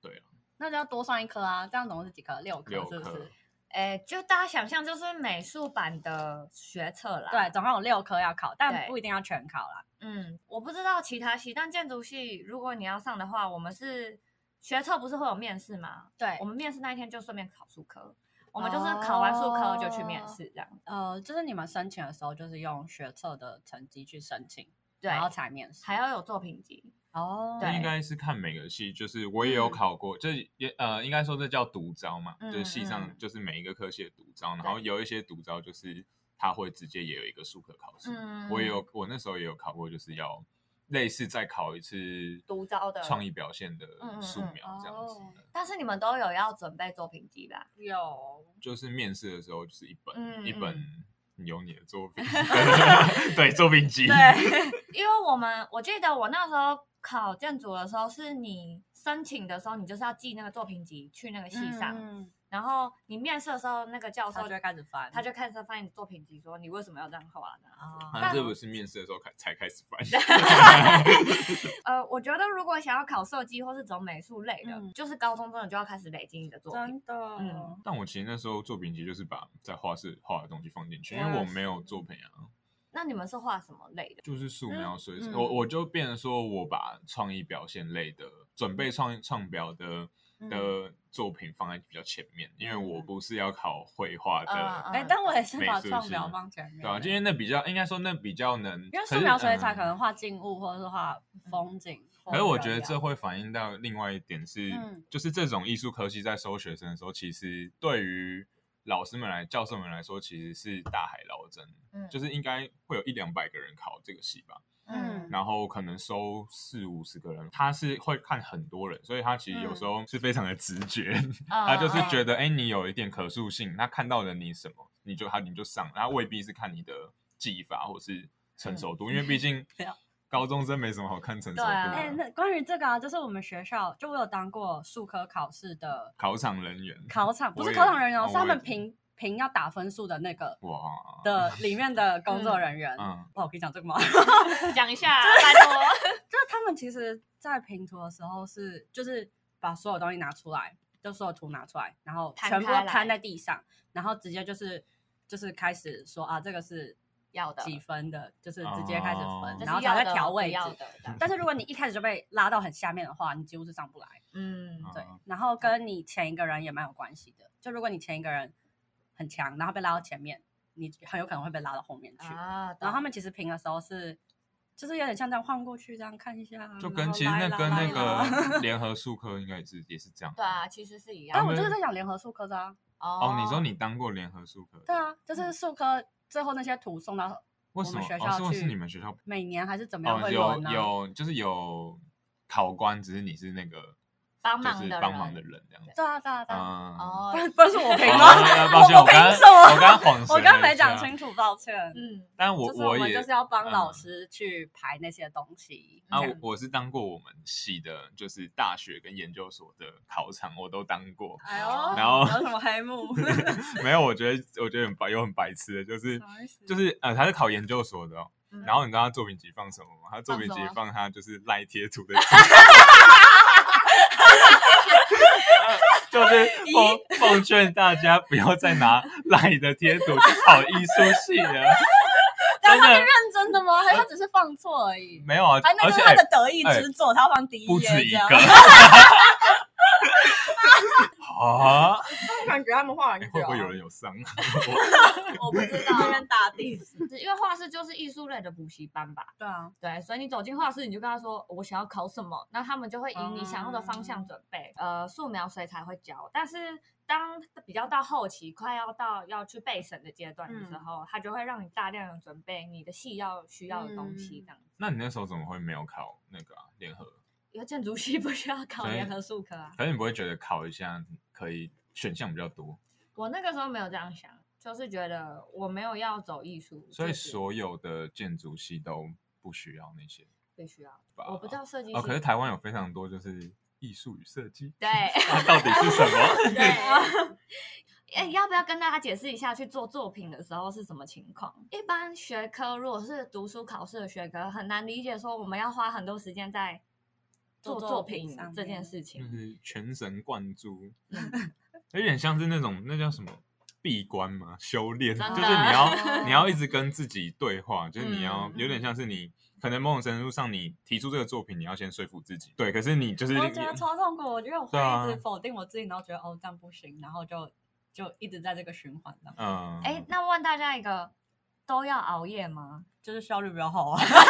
Speaker 2: 对啊，
Speaker 3: 那就要多上一科啊，这样总共是几科？六科
Speaker 2: 六
Speaker 3: 是不
Speaker 2: 科
Speaker 3: 是？
Speaker 1: 哎，就大家想象就是美术版的学测啦。
Speaker 3: 对，，总共有六科要考，但
Speaker 1: 对
Speaker 3: 不一定要全考啦。
Speaker 1: 嗯，我不知道其他系，但建筑系如果你要上的话，我们是学测不是会有面试吗？
Speaker 3: 对
Speaker 1: 我，们面试那一天就顺便考数科，我们就是考完数科就去面试这样。
Speaker 3: 呃，就是你们申请的时候，就是用学测的成绩去申请，
Speaker 1: 对，
Speaker 3: 然后才面试。
Speaker 1: 还要有作品集。
Speaker 3: 哦，
Speaker 1: 对
Speaker 2: 应该是看每个系，就是我也有
Speaker 1: 嗯
Speaker 2: 考过，这也呃，应该说这叫独招嘛，
Speaker 1: 嗯
Speaker 2: 就是系
Speaker 1: 嗯
Speaker 2: 上就是每一个科系的独招，然后有一些独招就是他会直接也有一个术科考试，
Speaker 1: 嗯
Speaker 2: 我也有我那时候也有考过，就是要类似再考一次
Speaker 1: 独招的
Speaker 2: 创意表现的
Speaker 1: 嗯嗯嗯
Speaker 2: 素描这样子，
Speaker 3: 哦
Speaker 1: 但是你们都有要准备作品集吧？
Speaker 3: 有
Speaker 2: 就是面试的时候就是一本、
Speaker 1: 嗯
Speaker 2: 一
Speaker 1: 嗯
Speaker 2: 本有你的作
Speaker 3: *laughs*
Speaker 2: 品， *laughs* 对作品集，
Speaker 3: 对，
Speaker 1: 因为我们我记得我那时候考建筑的时候，是你申请的时候，你就是要寄那个作品集去那个系上，
Speaker 3: 嗯，
Speaker 1: 然后你面试的时候，那个教
Speaker 3: 他
Speaker 1: 授
Speaker 3: 就会开始翻，
Speaker 1: 他就开始翻你的作品集，说你为什么要这样画呢？
Speaker 3: 啊
Speaker 2: 啊，
Speaker 1: 但
Speaker 2: 这不是面试的时候开才开始翻，
Speaker 1: 呃，我觉得如果想要考设计或是走美术类的，
Speaker 3: 嗯
Speaker 1: 就是高中真的就要开始累积你的作品。
Speaker 3: 真的，
Speaker 1: 嗯
Speaker 2: 但我其实那时候作品集就是把在画室画的东西放进去，因
Speaker 3: 我也
Speaker 2: 为我
Speaker 3: 是
Speaker 2: 没有作品啊，
Speaker 1: 那你们是画什么类的？
Speaker 2: 就是素描、
Speaker 3: 嗯
Speaker 2: 水
Speaker 3: 嗯
Speaker 2: 我我就变成说我把创意表现类的准备创创表的
Speaker 3: 嗯
Speaker 2: 的作品放在比较前面，因为我不是要考绘画
Speaker 1: 嗯嗯
Speaker 2: 的，
Speaker 3: 哎，但我也是
Speaker 2: 美
Speaker 3: 把
Speaker 2: 术
Speaker 3: 创
Speaker 2: 系
Speaker 3: 描放前面，
Speaker 2: 对啊，因为那比较应该说那比较能，
Speaker 3: 因为
Speaker 2: 可
Speaker 3: 素
Speaker 2: 是
Speaker 3: 描、水彩可。
Speaker 2: 嗯
Speaker 3: 能画静物或者是画风景，
Speaker 1: 哦
Speaker 2: 可是
Speaker 3: 或
Speaker 2: 我
Speaker 3: 者
Speaker 2: 觉得
Speaker 3: 怎
Speaker 2: 这
Speaker 3: 样
Speaker 2: 会反映到另外一点是，
Speaker 3: 嗯
Speaker 2: 就是这种艺术科系在收学生的时候，其实对于老师们来、教授们来说，其实是大海捞针，
Speaker 1: 嗯
Speaker 2: 就是应该会有一两百个人考这个系吧，
Speaker 3: 嗯
Speaker 2: 然后可能收四五十个人，他是会看很多人，所以他其实有
Speaker 1: 嗯
Speaker 2: 时候是非常的直觉，
Speaker 1: 呃哦
Speaker 2: 他就是觉得，哎、你有一点可塑性，他看到了你什么，你就他你就上，他未必是看你的技法或是成熟度，因为
Speaker 1: *laughs*
Speaker 2: 毕竟
Speaker 3: 不要
Speaker 2: 高中生没什么好看成熟
Speaker 1: 嗯
Speaker 2: 度
Speaker 1: 对啊
Speaker 2: 的。
Speaker 3: 哎、
Speaker 1: 嗯
Speaker 3: 那关于这个啊，就是我们学校，就我有当过数科考试的
Speaker 2: 考场人员，
Speaker 3: 考场，
Speaker 2: 嗯
Speaker 3: 不
Speaker 2: 我
Speaker 3: 是
Speaker 2: 也
Speaker 3: 考场人员哦，
Speaker 2: 哦
Speaker 3: 是他
Speaker 2: 我也
Speaker 3: 们评评要打分数的那个
Speaker 2: 哇，
Speaker 3: 的里面的工作人员。
Speaker 2: 嗯，
Speaker 3: 哇，我可以讲这个吗？
Speaker 1: *laughs* 讲一
Speaker 3: *laughs*
Speaker 1: 下，拜托。
Speaker 3: 就是他们其实，在评图的时候是，就是把所有东西拿出来，就所有图拿出来，然后
Speaker 1: 摊
Speaker 3: 全部
Speaker 1: 开
Speaker 3: 都
Speaker 1: 来
Speaker 3: 摊在地上，然后直接就是就是开始说啊，这个是
Speaker 1: 要的
Speaker 3: 几分的，就是直接开始分，
Speaker 2: 哦
Speaker 3: 然后
Speaker 1: 这是要
Speaker 3: 才会
Speaker 1: 的
Speaker 3: 调
Speaker 1: 不
Speaker 3: 位
Speaker 1: 要
Speaker 3: 置。
Speaker 1: 的这样
Speaker 3: 但是如果你一开始就被拉到很下面的话，你几乎是上不来。
Speaker 1: 嗯，
Speaker 3: 对
Speaker 2: 嗯，
Speaker 3: 然后跟你前一个人也蛮有关系的。就如果你前一个人很强，然后被拉到前面，你很有可能会被拉到后面去。
Speaker 1: 啊，
Speaker 3: 然
Speaker 1: 然
Speaker 3: 后他们其实评的时候是，就是有点像这样晃过去，这样看一下，
Speaker 2: 就
Speaker 3: 然
Speaker 2: 跟
Speaker 3: 后
Speaker 2: 其实
Speaker 3: 拉一
Speaker 2: 那
Speaker 3: 拉
Speaker 2: 跟
Speaker 3: 拉
Speaker 2: 那
Speaker 3: 一拉 *laughs*
Speaker 2: 个联合术科应该也是也是这样。
Speaker 1: 对啊，其实是一
Speaker 3: 但
Speaker 1: 样
Speaker 3: 我
Speaker 1: 的。
Speaker 3: 就是在讲联合术科的啊，
Speaker 2: 哦，你说你当过联合术科？
Speaker 3: 对，啊，就是术科最后那些图送到
Speaker 2: 为
Speaker 3: 我
Speaker 2: 什
Speaker 3: 们
Speaker 2: 么？
Speaker 3: 学
Speaker 2: 哦，是
Speaker 3: 校
Speaker 2: 不
Speaker 3: 去，
Speaker 2: 是你们学校？
Speaker 3: 每年还是怎么样
Speaker 2: 哦，
Speaker 3: 会轮啊呢？
Speaker 2: 有有就是有考官，只是你是那个
Speaker 1: 帮
Speaker 2: 就
Speaker 1: 忙
Speaker 2: 是
Speaker 1: 的
Speaker 2: 帮忙的
Speaker 1: 人
Speaker 2: 人这样子。
Speaker 3: 对啊对啊对啊，
Speaker 2: 嗯，
Speaker 1: 哦
Speaker 3: 不，然不然是我评
Speaker 2: 哦
Speaker 3: 吗？
Speaker 2: 那抱歉，
Speaker 3: 我
Speaker 2: 我刚
Speaker 3: 凭什么
Speaker 2: 我刚晃神
Speaker 3: 我刚
Speaker 2: 了
Speaker 3: 没
Speaker 2: 一
Speaker 3: 讲
Speaker 2: 下
Speaker 3: 清，楚，抱歉。
Speaker 1: 嗯，
Speaker 2: 但我
Speaker 3: 就是我们
Speaker 2: 也
Speaker 3: 就是要帮老
Speaker 2: 嗯
Speaker 3: 师去排那些东西。
Speaker 2: 啊，
Speaker 3: 这
Speaker 2: 我
Speaker 3: 样
Speaker 2: 我是当过我们系的，就是大学跟研究所的考场，我都当过。
Speaker 3: 哎呦，
Speaker 2: 然后
Speaker 3: 有什么黑幕？
Speaker 2: 没有，我觉得我觉得很白，有很白痴的，就是
Speaker 3: 什么意
Speaker 2: *laughs*
Speaker 3: 思 *laughs*
Speaker 2: 就是
Speaker 4: 啊
Speaker 2: 呃，他是考研究所的、哦，
Speaker 1: 嗯
Speaker 2: 然后你知道他作品集放什么吗？他作
Speaker 1: 放
Speaker 2: 品
Speaker 1: 什
Speaker 2: 集
Speaker 1: 么
Speaker 4: *laughs*
Speaker 2: 放他就是赖贴图的图。就是奉奉劝大家不要再拿赖的贴图去考艺术系了，
Speaker 4: *laughs* 但
Speaker 2: 真
Speaker 4: 他是
Speaker 2: 的
Speaker 4: 认真的吗？还是他只是放错而已？
Speaker 2: 没有啊
Speaker 4: 还，那
Speaker 2: 而
Speaker 4: 个
Speaker 2: 且哎
Speaker 4: 是他的得意之作，他放第一
Speaker 2: 不
Speaker 4: 页这
Speaker 2: 止一
Speaker 4: 样 *laughs*
Speaker 2: 个。啊！哎
Speaker 5: 感觉他们画很久
Speaker 2: 会
Speaker 5: 啊，
Speaker 2: 不会有人有 *laughs* 伤？
Speaker 1: 我不知
Speaker 4: 被
Speaker 1: 道，
Speaker 4: 人打地址。
Speaker 1: 因为画室就是艺术类的补习班吧。
Speaker 3: 对啊，
Speaker 1: 对，所以你走进画室，你就跟他说我想要考什么，那他们就会以你想要的方
Speaker 5: 哦
Speaker 1: 向准备。呃，素描水彩会教，但是当比较到后期，快要到要去备审的阶段的时
Speaker 5: 嗯
Speaker 1: 候，他就会让你大量的准备你的系要需要的东西，
Speaker 5: 嗯
Speaker 1: 这样子。
Speaker 2: 那你那时候怎么会没有考那个啊联、合？
Speaker 1: 因为建筑系 *laughs* 不需要考
Speaker 2: 所以
Speaker 1: 联合数科啊，
Speaker 2: 可是你不会觉得考一下可以选项比较多，
Speaker 1: 我那个时候没有这样想，就是觉得我没有要走艺术，
Speaker 2: 所以
Speaker 1: 就是
Speaker 2: 所有的建筑系都不需要那些
Speaker 1: 必须要。
Speaker 2: 吧？
Speaker 1: 我不知道设计系，
Speaker 2: 哦，可是台湾有非常多就是艺术与设计，
Speaker 1: 对
Speaker 2: 它到底是什么？ *laughs*
Speaker 1: 对。
Speaker 3: 嗯
Speaker 1: *laughs* 哎、要不要跟大家解释一下，去做作品的时候是什么情况？一般学科如果是读书考试的学科，很难理解说我们要花很多时间在做
Speaker 3: 做作
Speaker 1: 作
Speaker 3: 品
Speaker 1: 品
Speaker 3: 上
Speaker 1: 这件
Speaker 3: 面
Speaker 1: 事
Speaker 2: 就
Speaker 1: 情。
Speaker 2: 是全神贯注，
Speaker 1: 嗯
Speaker 2: *laughs* 有点像是那种那叫什么闭关嘛，修炼，
Speaker 1: 真
Speaker 2: 就
Speaker 1: 的
Speaker 2: 是
Speaker 1: *laughs*
Speaker 2: 你要你要一直跟自己对话，就是你要
Speaker 1: 嗯
Speaker 2: 有点像是你。可能某种程度上，你提出这个作品，你要先说服自己。对，可是你
Speaker 1: 哦
Speaker 2: 就是
Speaker 3: 我觉得超痛苦，我觉得我
Speaker 2: 对啊
Speaker 3: 会一直否定我自己，然后觉得哦这样不行，然后就就一直在这个循环当中，
Speaker 2: 嗯，
Speaker 1: 哎、那问大家一个，都要熬夜吗？
Speaker 3: 就是效率比较好啊。是啊，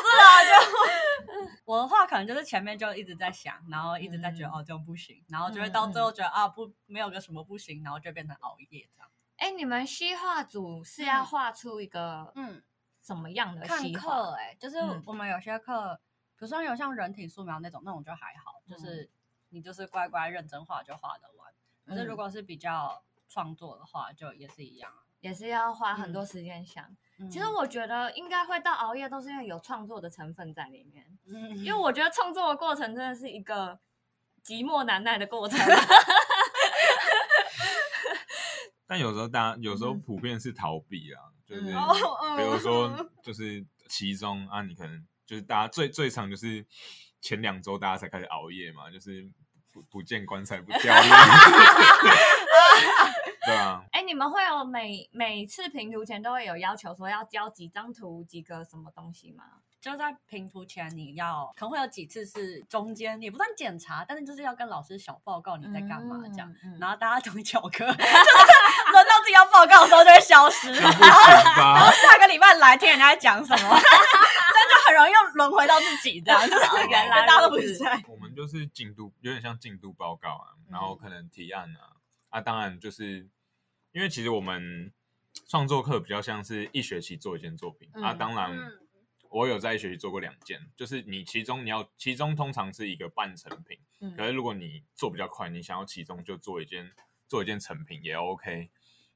Speaker 1: *laughs*
Speaker 3: 就我的话可能就是前面就一直在想，然后一直在觉得、
Speaker 1: 嗯
Speaker 3: 哦这样不行，然后就会到最后觉得、啊不没有个什么不行，然后就变成熬夜这样。
Speaker 1: 哎、你们西画组是要
Speaker 3: 嗯
Speaker 1: 画出一个
Speaker 3: 嗯，
Speaker 1: 什么样的
Speaker 3: 看
Speaker 1: 西画？
Speaker 3: 课哎、就是
Speaker 1: 嗯
Speaker 3: 我们有些课，比如说有像人体素描那种，那种就还好，
Speaker 1: 嗯
Speaker 3: 就是你就是乖乖认真画就画得完。可是
Speaker 1: 嗯
Speaker 3: 如果是比较创作的话，就也是一样啊。
Speaker 1: 也是要花很多时间想。其实我觉得应该会到熬夜，都是因为有创作的成分在里面。
Speaker 3: 嗯，
Speaker 1: 因为我觉得创作的过程真的是一个寂寞难耐的过程。
Speaker 2: 但有时候大家有时候普遍是逃避啊，就是
Speaker 1: 嗯
Speaker 5: 嗯哦 *laughs*
Speaker 2: 比如说
Speaker 5: 嗯
Speaker 2: 就是其中啊，你可能就是大家最最常就是前两周大家才开始熬夜嘛，就是不不见棺材不掉泪，
Speaker 5: *laughs*
Speaker 2: 对啊，
Speaker 1: 哎、你们会有每每次评图前都会有要求说要交几张图、几个什么东西吗？
Speaker 3: 就在评图前，你要可能会有几次是中间也不算检查，但是就是要跟老师小报告你在干嘛这样。
Speaker 1: 嗯？嗯
Speaker 3: 然后大家同一首 *laughs* 歌，轮到自己要报告的时候就会消
Speaker 1: *laughs*
Speaker 3: 失，
Speaker 2: 这不行
Speaker 5: *laughs*
Speaker 3: 然后
Speaker 2: 吧？
Speaker 3: 下个礼拜来听人家在讲什么， *laughs* 但就很容易又轮回到自己 *laughs* 这样，就是
Speaker 2: 哦原
Speaker 1: 来
Speaker 3: 大家都
Speaker 1: 如
Speaker 3: 不
Speaker 1: 此
Speaker 3: 在。
Speaker 2: 我们就是进度有点像进度报告啊，然后可能提案啊，啊，当然就是因为其实我们创作课比较像是一学期做一件作品、啊，
Speaker 1: 嗯
Speaker 2: 当然。
Speaker 5: 嗯
Speaker 2: 我有在一学期做过两件，就是你其中你要其中通常是一个半成品，
Speaker 1: 嗯
Speaker 2: 可是如果你做比较快，你想要其中就做一件做一件成品也 OK。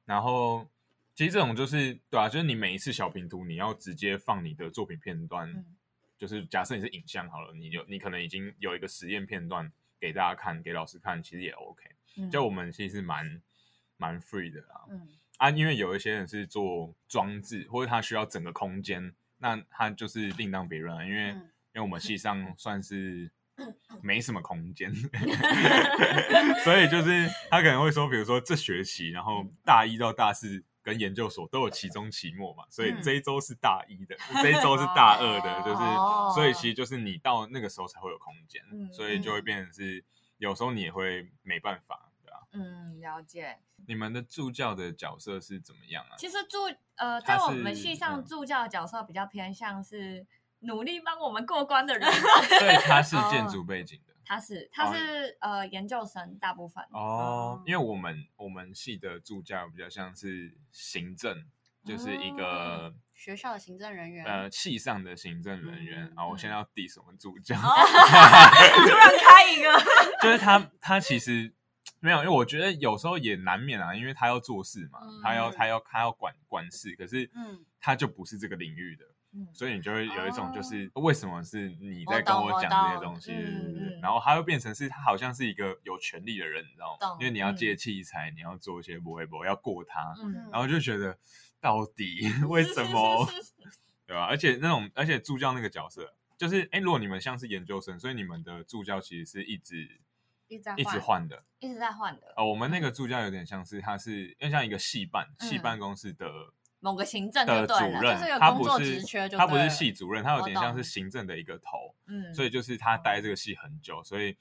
Speaker 2: 然后其实这种就是对啊，就是你每一次小平图你要直接放你的作品片段，
Speaker 1: 嗯
Speaker 2: 就是假设你是影像好了，你有你可能已经有一个实验片段给大家看，给老师看，其实也 OK。
Speaker 1: 嗯
Speaker 2: 就我们其实蛮蛮 free 的啦，
Speaker 1: 嗯
Speaker 2: 啊，因为有一些人是做装置，或者他需要整个空间，那他就是另当别论啊。因为、
Speaker 3: 嗯
Speaker 2: 因为我们系上算是
Speaker 1: 嗯
Speaker 2: 没什么
Speaker 1: *laughs*
Speaker 2: 空间，所以就是他可能会说，比如说这学期，然
Speaker 1: 嗯
Speaker 2: 后大一到大四跟研究所都有期中、期末嘛，所以
Speaker 3: 嗯
Speaker 2: 这一周是大一
Speaker 1: *laughs*
Speaker 2: 的，这一周是大二的，就是、
Speaker 1: 哦
Speaker 2: 所以其实就是你到那个时候才会有空间，
Speaker 1: 嗯
Speaker 2: 所以就会
Speaker 1: 嗯
Speaker 2: 变成是有时候你也会没办法，对吧、
Speaker 1: 嗯，了解。
Speaker 2: 你们的助教的角色是怎么样
Speaker 1: *laughs*
Speaker 2: 啊？
Speaker 1: 其实助呃，
Speaker 2: 他
Speaker 1: 在
Speaker 2: 是
Speaker 1: 我们系上
Speaker 2: 嗯
Speaker 1: 助教的角色比较偏向是努力帮我们过关的人，
Speaker 2: 所以他是建筑背景的
Speaker 1: 他是他
Speaker 2: 哦
Speaker 1: 是呃研究生大部分。
Speaker 2: 哦
Speaker 3: 哦，
Speaker 2: 因为我们我们系的助教比较像是行政，就是一个
Speaker 3: 学校的行政人员
Speaker 2: 呃系上的行政人员
Speaker 3: 嗯
Speaker 2: 啊。我现在要 diss 我们助教，
Speaker 1: 哦
Speaker 2: *laughs*
Speaker 1: *laughs*
Speaker 3: 突然开一个，
Speaker 2: 就是他他其实没有，因为我觉得有时候也难免啊，因为他要做事嘛，他要
Speaker 1: 嗯
Speaker 2: 他要他要管管事，可是
Speaker 3: 嗯
Speaker 2: 他就不是这个领域的，
Speaker 1: 嗯
Speaker 2: 所以你就会有一种
Speaker 3: 哦
Speaker 2: 就是为什么是你
Speaker 1: 我
Speaker 2: 在跟
Speaker 1: 懂
Speaker 2: 我
Speaker 1: 我
Speaker 2: 讲这些
Speaker 1: 懂
Speaker 2: 东西，
Speaker 1: 嗯
Speaker 2: 对对对
Speaker 1: 嗯
Speaker 2: 然后他又变成是他好像是一个有权利的人，你知道吗
Speaker 1: 懂？
Speaker 2: 因为你要
Speaker 1: 嗯
Speaker 2: 借器材，你要做一些不会不要过他，
Speaker 1: 嗯，
Speaker 2: 然后就觉得到底 *laughs* 为什么，对吧、而且那种而且助教那个角色，就是哎，如果你们像是研究生，所以你们的助教其实是一直
Speaker 3: 一直在
Speaker 2: 一直换的。
Speaker 1: 一直在换的。
Speaker 2: 呃，我们那个助教有点像是他是，因为像一个系办
Speaker 1: 嗯
Speaker 2: 系办公室的
Speaker 1: 某个行政
Speaker 2: 的
Speaker 1: 就
Speaker 2: 主
Speaker 1: 对了
Speaker 2: 任
Speaker 3: 就是有，
Speaker 2: 他
Speaker 3: 工
Speaker 2: 不
Speaker 3: 作
Speaker 2: 是
Speaker 3: 职缺就
Speaker 2: 他不
Speaker 3: 对
Speaker 2: 是
Speaker 3: 了
Speaker 2: 系主任，他有
Speaker 1: 我
Speaker 2: 点像
Speaker 1: 懂
Speaker 2: 是行政的一个头，
Speaker 1: 嗯，
Speaker 2: 所以就是他待这个系很久，所以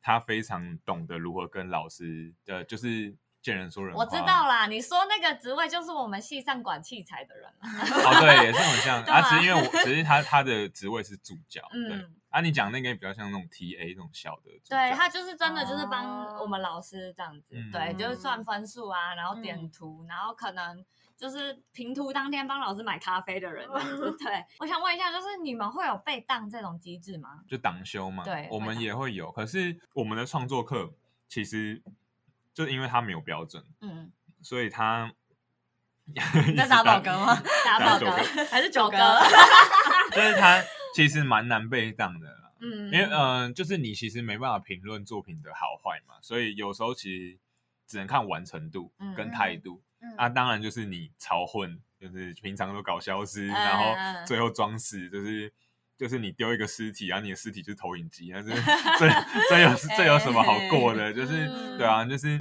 Speaker 2: 他非常懂得如何跟老师呃，就是见人说人话。
Speaker 1: 我知道啦，你说那个职位就是我们系上管器材的人啊啦。
Speaker 2: 哦，对，也是很
Speaker 1: *laughs*
Speaker 2: 像。
Speaker 1: 对
Speaker 2: 啊，
Speaker 1: 啊
Speaker 2: 只是因为我，只是他他的职位是助教，对。
Speaker 1: 嗯，
Speaker 2: 啊，你讲那个比较像那种 TA 那种小的助教，
Speaker 1: 对他就是真的就是帮
Speaker 3: 哦
Speaker 1: 我们老师这样子，
Speaker 2: 嗯
Speaker 1: 对，就是算分数啊，然后
Speaker 3: 嗯
Speaker 1: 点图，然后可能就是评图当天帮老师买咖啡的人这样子。
Speaker 3: *laughs*
Speaker 1: 对，我想问一下，就是你们会有被当这种机制吗？
Speaker 2: 就党修嘛，
Speaker 1: 对
Speaker 2: 我
Speaker 1: 会
Speaker 2: 们
Speaker 1: 党
Speaker 2: 也会有。可是我们的创作课其实就因为它没有标准，
Speaker 1: 嗯，
Speaker 2: 所以它
Speaker 3: 你
Speaker 2: *laughs* 你
Speaker 3: 在打宝哥吗？
Speaker 1: 打报
Speaker 2: 九
Speaker 1: 告
Speaker 2: 哥
Speaker 1: 还是
Speaker 3: 九
Speaker 1: 九
Speaker 3: 哥
Speaker 1: 哥？
Speaker 2: 就是它其实蛮难被当的啦，
Speaker 1: 嗯，
Speaker 2: 因为嗯、呃就是你其实没办法评论作品的好坏嘛，所以有时候其实只能看完成度
Speaker 1: 嗯
Speaker 2: 跟态度。
Speaker 3: 嗯
Speaker 2: 啊，当然就是你超混，就是平常都搞消失，
Speaker 1: 嗯
Speaker 2: 然
Speaker 1: 嗯
Speaker 2: 后
Speaker 1: 嗯
Speaker 2: 最后装死，就是就是你丢一个尸体，然后你的尸体就是投影
Speaker 1: *laughs*
Speaker 2: 机，那这这这有这有什么好过的？就是
Speaker 1: 嗯
Speaker 2: 对啊，就是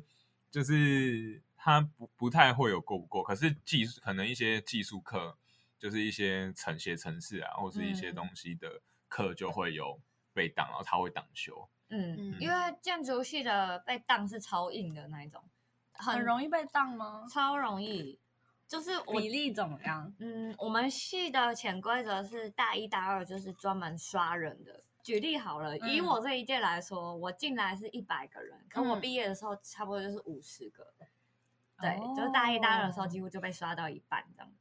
Speaker 2: 就是他不不太会有过不过，可是技术可能一些技术课，就是一些程写程式啊，或是一些
Speaker 1: 嗯
Speaker 2: 东西的课就会有被挡，然后他会挡修。
Speaker 1: 嗯，
Speaker 2: 嗯
Speaker 1: 因为建筑系的被当是超硬的那一种，
Speaker 3: 很
Speaker 1: 很
Speaker 3: 容易被当吗？
Speaker 1: 超容易，就是我
Speaker 3: 比例怎么 *laughs* 样？
Speaker 1: 嗯，我们系的潜规则是大一、大二就是专门刷人的。举例好了，以
Speaker 3: 嗯
Speaker 1: 我这一届来说，我进来是一百个人，可我
Speaker 3: 嗯
Speaker 1: 毕业的时候差不多就是五十个。对，就是大一、大二的
Speaker 3: 哦
Speaker 1: 时候，几乎就被刷到一半这样。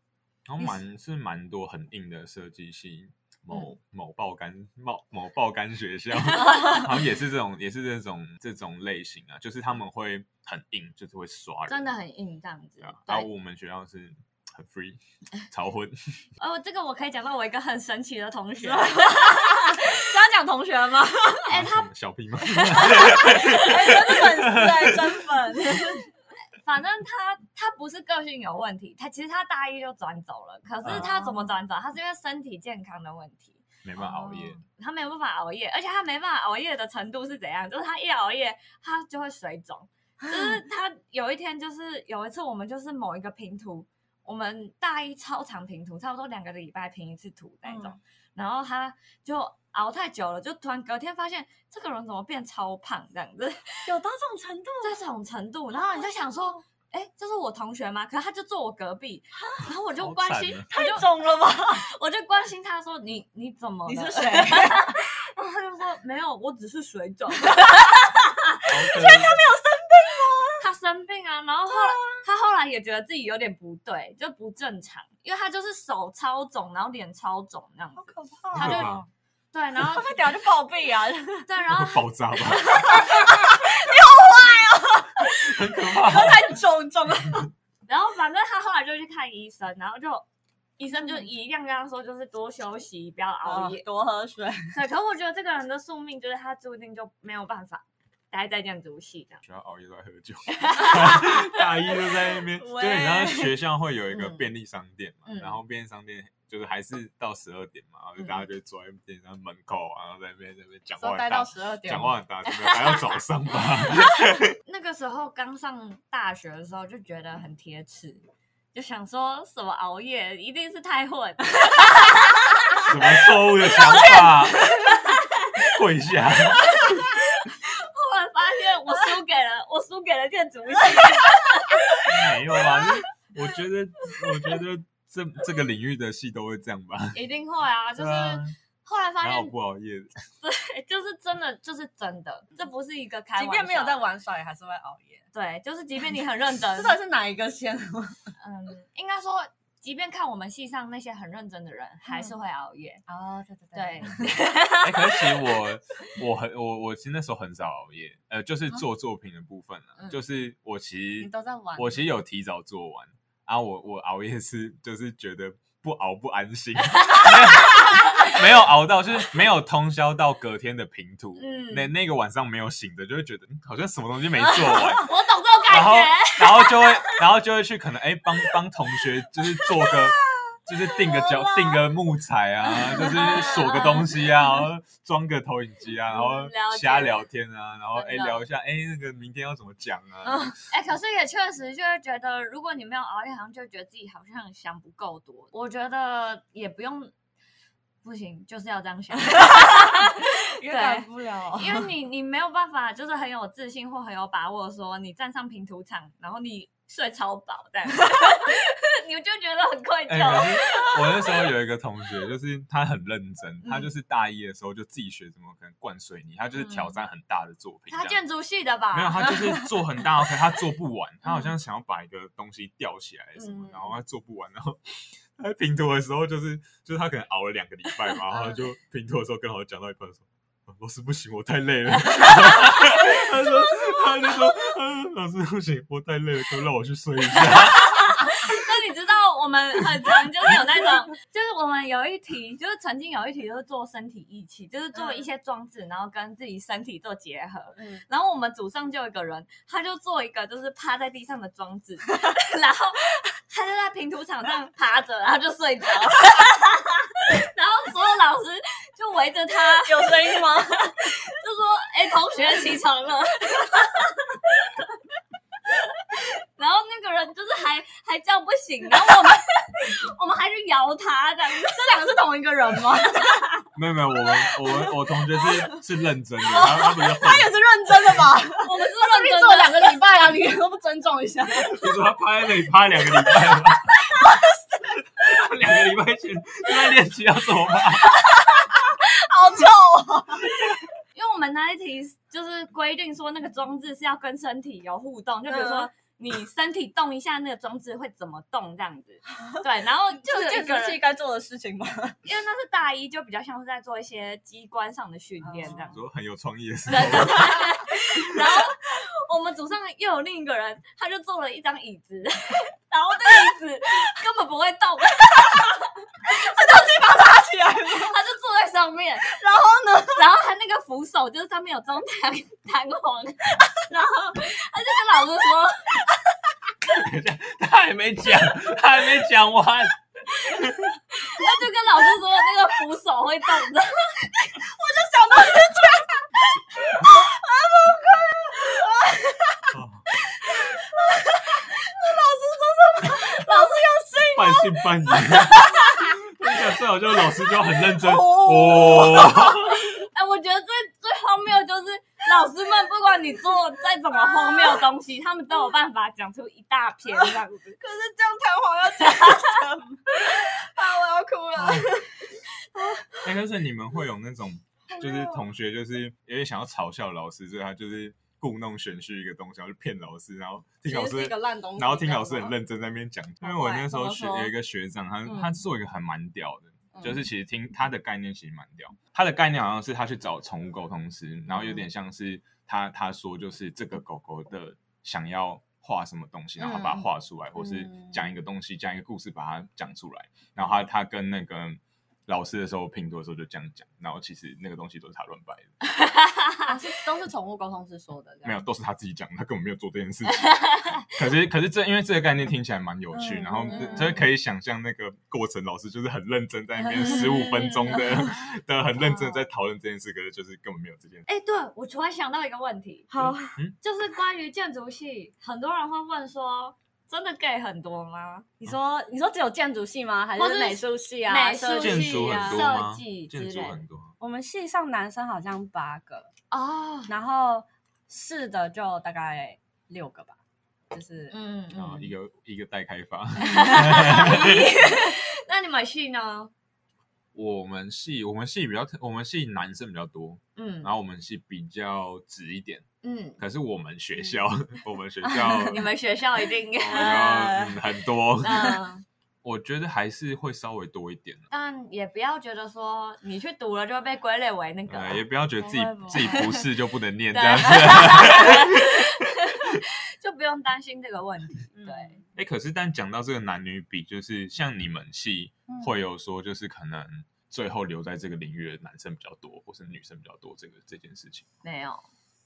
Speaker 2: 然后蛮是蛮多很硬的设计系，
Speaker 1: 嗯
Speaker 2: 某某爆肝某某爆肝
Speaker 1: *laughs*
Speaker 2: 学校，好像也是这种也是这种这种类型啊，就是他们会很硬，就是会刷人，
Speaker 1: 真的很硬这样子
Speaker 2: 对啊。。
Speaker 1: 对
Speaker 2: 然后我们学校是很 free，超
Speaker 1: *laughs*
Speaker 2: 混。
Speaker 1: 哦，这个我可以讲到我一个很神奇的同
Speaker 2: *laughs*
Speaker 1: 学， *laughs*
Speaker 3: 是要讲同学吗？
Speaker 2: 哎，他小屁吗？
Speaker 3: 哎真粉丝哎，真粉。
Speaker 1: 反正他他不是个性有问题，他其实他大一就转走了，可是他怎么
Speaker 3: 啊
Speaker 1: 转走？他是因为身体健康的问题。
Speaker 2: *laughs* 没办法熬夜，
Speaker 1: 哦他没有办法熬夜，而且他没办法熬夜的程度是怎样？就是他一熬夜，他就会水肿。
Speaker 3: *laughs*
Speaker 1: 就是他有一天，就是有一次，我们就是某一个拼图，我们大一超长拼图，差不多两个礼拜拼一次图那种。
Speaker 3: 嗯
Speaker 1: 然后他就熬太久了，就突然隔天发现这个人怎么变超胖这样子，
Speaker 3: 有到这种程
Speaker 1: *laughs*
Speaker 3: 度？
Speaker 1: 这种程度。然后你就想说，
Speaker 3: 哦
Speaker 1: 哎，这是我同学吗？可是他就坐我隔壁，然后我就
Speaker 2: 好
Speaker 1: 关
Speaker 2: 惨
Speaker 1: 心
Speaker 2: 啊，
Speaker 1: 我就
Speaker 3: 重了吧？
Speaker 1: 我就关心他说你你怎么了？
Speaker 3: 你是谁
Speaker 1: 然后他就说没有，我只是水肿。
Speaker 2: 居然他没有
Speaker 1: 他生病啊，然后后来、他后来也觉得自己有点不对，就不正常，因为他就是手超肿，然后脸超肿那样子。
Speaker 3: *laughs* 可怕
Speaker 1: 他就对，然后
Speaker 3: 他屌就暴毙啊！
Speaker 1: 对，然后
Speaker 2: 爆炸吧？你好坏 *laughs* 哦，很可怕。
Speaker 3: 太重重了。 *laughs*
Speaker 1: 然后反正他后来就去看医生，然后就医生就一样跟他说，就是多休息，不要熬夜。
Speaker 3: 哦多喝 *laughs* 水。
Speaker 1: 对，可我觉得这个人的宿命就是他注定就没有办法待在建筑系这样。
Speaker 2: 学校熬夜都在喝
Speaker 1: *laughs*
Speaker 2: 酒，大一就在那边，就
Speaker 3: 喂
Speaker 2: 你知道学校会有一个
Speaker 1: 嗯
Speaker 2: 便利商店嘛，
Speaker 1: 嗯
Speaker 2: 然后便利商店就是还是到十二点嘛，然后就
Speaker 1: 嗯
Speaker 2: 大家就坐在便利商店门口啊，然后在那边在那边讲话
Speaker 3: 说
Speaker 2: 很
Speaker 3: 待到
Speaker 2: 大，
Speaker 3: 十二点吗，
Speaker 2: 讲话很大声，待到早上吧。 *laughs*
Speaker 1: 那个时候刚上大学的时候就觉得很贴齿，就想说什么熬夜一定是太混。
Speaker 2: 什么错误的想法？跪下！ *laughs*
Speaker 1: 后来发现我输给了，我输给了建筑系。
Speaker 2: 没有吧？就我觉得，我觉得这这个领域的戏都会这样吧。
Speaker 1: *laughs* 一定会啊，就是
Speaker 2: 对啊
Speaker 1: 后来发
Speaker 2: 哪有
Speaker 1: 现，
Speaker 2: 不熬夜的？
Speaker 1: 对， *laughs* 就是真的，就是真的，这不是一个开玩
Speaker 3: 即
Speaker 1: 笑。
Speaker 3: 便没有在玩耍，也还是会熬 *laughs* 夜。
Speaker 1: 对，就是即便你很认 *laughs* 真
Speaker 3: 这，到底是哪一个先？
Speaker 1: 嗯，应该说，即便看我们系上那些很认真的人，还是会熬夜。
Speaker 3: 哦，对对
Speaker 1: 嗯对，
Speaker 2: 哎、可是其实我，我很我我其实那时候很少熬夜，呃，就是做作品的部分啊，
Speaker 1: 嗯
Speaker 2: 就是我其实
Speaker 3: 啊你都在玩
Speaker 2: 我其实有提早做完啊，我我熬夜是就是觉得不熬不安心， *laughs* 没有没有熬到就是没有通宵到隔天的平图，
Speaker 1: 嗯
Speaker 2: 那那个晚上没有醒的，就会觉得嗯好像什么东西没做完，
Speaker 1: 我懂这种感
Speaker 2: *laughs* 然后
Speaker 1: 觉。 *laughs*
Speaker 2: 然后就会然后就会去可能哎帮帮同学就是做个就是定个
Speaker 1: 啊
Speaker 2: 角，定个木材啊，就是锁个东
Speaker 1: *laughs*
Speaker 2: 西啊，然后装个投影机啊，然后
Speaker 1: 嗯了解
Speaker 2: 瞎聊天啊，然后哎
Speaker 1: 真的
Speaker 2: 聊一下，哎那个明天要怎么讲
Speaker 1: *laughs*
Speaker 2: 啊？
Speaker 1: *laughs* 哎、可是也确实就会觉得，如果你没有熬夜，好像就觉得自己好像想不够多。我觉得也不用，不行，就是要这样想，
Speaker 3: 也
Speaker 1: 改
Speaker 3: 不
Speaker 2: 哦
Speaker 3: *laughs* 了
Speaker 1: 因为你你没有办法，就是很有自信或很有把握，说你站上平土场，然后你睡超饱这样， *laughs* 你就觉得很愧
Speaker 2: 哎，
Speaker 1: 疚。
Speaker 2: 可是我那时候有一个同学，就是他很认真，他
Speaker 1: 嗯
Speaker 2: 就是大一的时候就自己学怎么可能灌水泥，他就是挑战很大的作品这
Speaker 1: 嗯他
Speaker 2: 样。
Speaker 1: 建筑系的吧？
Speaker 2: 没有，他就是做很大，可他做不完，他好像想要把一个东西吊起来什么，
Speaker 1: 嗯
Speaker 2: 然后他做不完，然后他在拼图的时候，就是就是他可能熬了两个礼拜嘛，然后他就拼图的时候跟老师讲到一半说。啊老师不行，我太累了。他说，他就说，他说老师不行，我太累了，可不可以让我去睡一下。
Speaker 1: *laughs* 那你知道我们很常就是有那种， *laughs* 就是我们有一题，就是曾经有一题就是做身体仪器，就是做一些装置，然后跟自己身体做结合。
Speaker 4: 嗯
Speaker 1: 然后我们组上就有一个人，他就做一个就是趴在地上的装置，然后他就在平涂场上趴着，然后就睡着。然后所有老师就围着他，
Speaker 4: 有声
Speaker 3: *laughs*
Speaker 4: 音吗？
Speaker 1: 就说：“哎、同学起床了。” *laughs* 然后那个人就是还还叫不醒，然后我们 *laughs* 我们还去摇他这样子。这两个是同一个人
Speaker 3: *laughs*
Speaker 1: 吗？
Speaker 2: 没有没有，我们我们我同学是是认真的，他他不是
Speaker 4: 他也是认真的吧？
Speaker 1: 我们是
Speaker 4: 他
Speaker 1: 认真
Speaker 4: 做
Speaker 1: 的。
Speaker 4: 两个礼拜啊，你都不尊
Speaker 1: *laughs*
Speaker 4: 重一下？
Speaker 2: 你说他趴在那里趴两个礼拜吗？他两个礼拜前就在练习要怎么趴。
Speaker 4: 好臭啊！
Speaker 1: 因为我们那一题就是规定说，那个装置是要跟身体有互动，就比如说
Speaker 4: 嗯
Speaker 1: 你身体动一下，那个装置会怎么动这样 *laughs* 子。对，然后就有一个人，
Speaker 4: 该做的事情吗？
Speaker 1: 因为那是大一，就比较像是在做一些机关上的训练这样
Speaker 2: 你
Speaker 1: 子。
Speaker 2: 说很有创意的事
Speaker 1: 对对对然后我们组上又有另一个人，他就做了一张椅子，然后那个椅子根本不会动， *laughs*
Speaker 4: 爬起来吗？
Speaker 1: 他就坐在上面。
Speaker 4: 然后呢？
Speaker 1: *laughs* 然后他那个扶手就是上面有装弹 *laughs* 弹簧，然后他就跟老师说。
Speaker 2: 他还没讲，他还没讲完。
Speaker 1: 他就跟老师说那个扶手会动的， *laughs*
Speaker 2: 半信半疑。 *laughs* 我想最好就是老师就很认真
Speaker 4: 哦
Speaker 2: 哦，
Speaker 1: 哎，我觉得最最荒谬就是老师们不管你做再怎么荒谬的东西，他们都有办法讲出一大篇这样子。
Speaker 4: 可是这样弹簧要讲什么？啊，我要哭了。
Speaker 2: 哎，但是你们会有那种，就是同学就是有点想要嘲笑老师，所以他就是故弄玄虚一个东西，然后就骗老师，然后听老
Speaker 4: 其实
Speaker 2: 师
Speaker 4: 是一个烂东西
Speaker 2: 然后听老师很认真在那边讲。因为我那时候学
Speaker 3: 怎么说
Speaker 2: 有一个学长，他
Speaker 3: 嗯
Speaker 2: 他做一个还蛮屌的。
Speaker 3: 嗯
Speaker 2: 就是其实听他的概念其实蛮屌，他的概念好像是他去找宠物沟通师，然后有点像是他他说就是这个狗狗的想要画什么东西，然后他把它画出来，或是讲一个东西，讲一个故事把它讲出来，然后他他跟那个老师的时候拼图的时候就这样讲，然后其实那个东西都是他乱掰的，
Speaker 3: 啊是都是宠物沟通师说的，这样
Speaker 2: 没有都是他自己讲，他根本没有做这件事情。可是可是这因为这个概念听起来蛮有趣，
Speaker 3: 嗯
Speaker 2: 然后
Speaker 3: 嗯
Speaker 2: 就是可以想象那个过程，老师就是很认真在那边十五分钟的的很认真地在讨论这件事，可是就是根本没有这件事。
Speaker 1: 哎，对我突然想到一个问题，
Speaker 4: 好，
Speaker 2: 嗯
Speaker 1: 就是关于建筑系，很多人会问说，真的 gay 很多吗？
Speaker 4: 你说你说只有建筑系吗？还
Speaker 1: 或是
Speaker 4: 是美术系啊？
Speaker 1: 美术
Speaker 2: 建
Speaker 1: 系
Speaker 2: 筑
Speaker 1: 啊
Speaker 2: 很多
Speaker 1: 设
Speaker 2: 吗
Speaker 1: 计？之
Speaker 2: 建
Speaker 1: 类
Speaker 2: 筑
Speaker 1: 的
Speaker 2: 很多，
Speaker 3: 我们系上男生好像八个，
Speaker 1: 哦，
Speaker 3: 然后是的就大概六个吧，就是
Speaker 1: 嗯
Speaker 2: 然后一
Speaker 1: 嗯，
Speaker 2: 个一个待开发。
Speaker 1: 那你们系呢？
Speaker 2: 我们系我们系比较特，我们系男生比较多，
Speaker 1: 嗯
Speaker 2: 然后我们系比较直一点。
Speaker 1: 嗯，
Speaker 2: 可是我们学校，我们学校，
Speaker 1: 你们学校一
Speaker 2: *laughs*
Speaker 1: 定 *laughs*
Speaker 2: 我们学校嗯很多，
Speaker 1: 嗯。
Speaker 2: *laughs* 我觉得还是会稍微多一点啦
Speaker 1: 但也不要觉得说你去读了就会被归类为那个，
Speaker 2: 呃，也不要觉得自己
Speaker 3: 不会不会
Speaker 2: 自己不是就不能念这
Speaker 1: 对
Speaker 2: 样子。 *laughs*
Speaker 1: 就不用担心这个问题。对，
Speaker 2: 哎，可是但讲到这个男女比，就是像你们系
Speaker 3: 嗯
Speaker 2: 会有说，就是可能最后留在这个领域的男生比较多，或是女生比较多这个这件事情，
Speaker 1: 没有，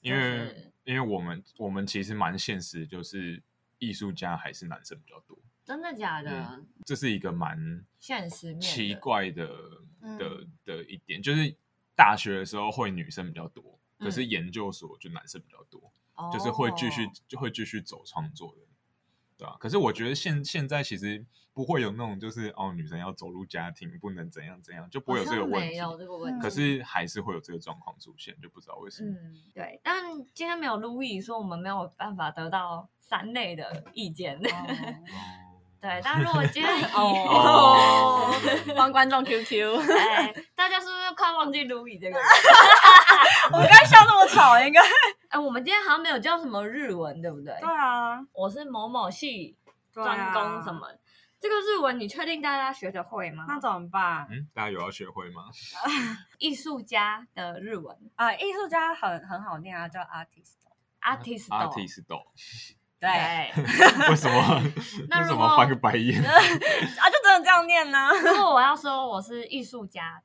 Speaker 2: 因为、
Speaker 1: 就是
Speaker 2: 因为我们我们其实蛮现实，就是艺术家还是男生比较多。
Speaker 1: 真的假的？
Speaker 2: 嗯这是一个蛮
Speaker 1: 现实面的
Speaker 2: 奇怪的
Speaker 3: 嗯
Speaker 2: 的的一点，就是大学的时候会女生比较多，
Speaker 1: 嗯
Speaker 2: 可是研究所就男生比较多，就是会继续
Speaker 1: 哦
Speaker 2: 就会继续走创作的，对啊。可是我觉得现现在其实不会有那种就是哦，女生要走入家庭不能怎样怎样，就不会有这个
Speaker 1: 好像
Speaker 2: 问
Speaker 1: 没
Speaker 2: 题。
Speaker 1: 有这个问题。
Speaker 2: 可是还是会有这个状况出现，就不知道为什么。
Speaker 1: 嗯，对，但今天没有 Louis 说我们没有办法得到三类的意见。 *laughs*
Speaker 3: 哦
Speaker 2: 哦
Speaker 1: 嗯对，但如果今
Speaker 3: *laughs*
Speaker 1: 天以
Speaker 4: 哦
Speaker 1: *laughs*
Speaker 2: 哦，
Speaker 4: 帮观众 QQ，
Speaker 1: 哎，大家是不是快忘记 Louis 这个 *laughs* 人？
Speaker 4: 我刚才笑那么吵，应该
Speaker 1: 哎，我们今天好像没有叫什么日文，对不对？
Speaker 3: 对啊，
Speaker 1: 我是某某系
Speaker 3: 对啊
Speaker 1: 专攻什么？这个日文你确定大家学得会吗？
Speaker 3: 那怎么办？
Speaker 2: 嗯，大家有要学会吗？
Speaker 1: 艺术家的日文
Speaker 3: 啊，艺术家很很好念啊，叫 artist。
Speaker 1: artist，哦 *laughs*
Speaker 2: artist 懂，
Speaker 3: 对，
Speaker 2: 为什么？
Speaker 1: 那
Speaker 2: 为什
Speaker 1: 如
Speaker 2: 么
Speaker 1: 果
Speaker 2: 翻个白眼？
Speaker 4: *laughs* 啊，就真的这样念呢。 *laughs*
Speaker 1: 如果我要说我是艺术家，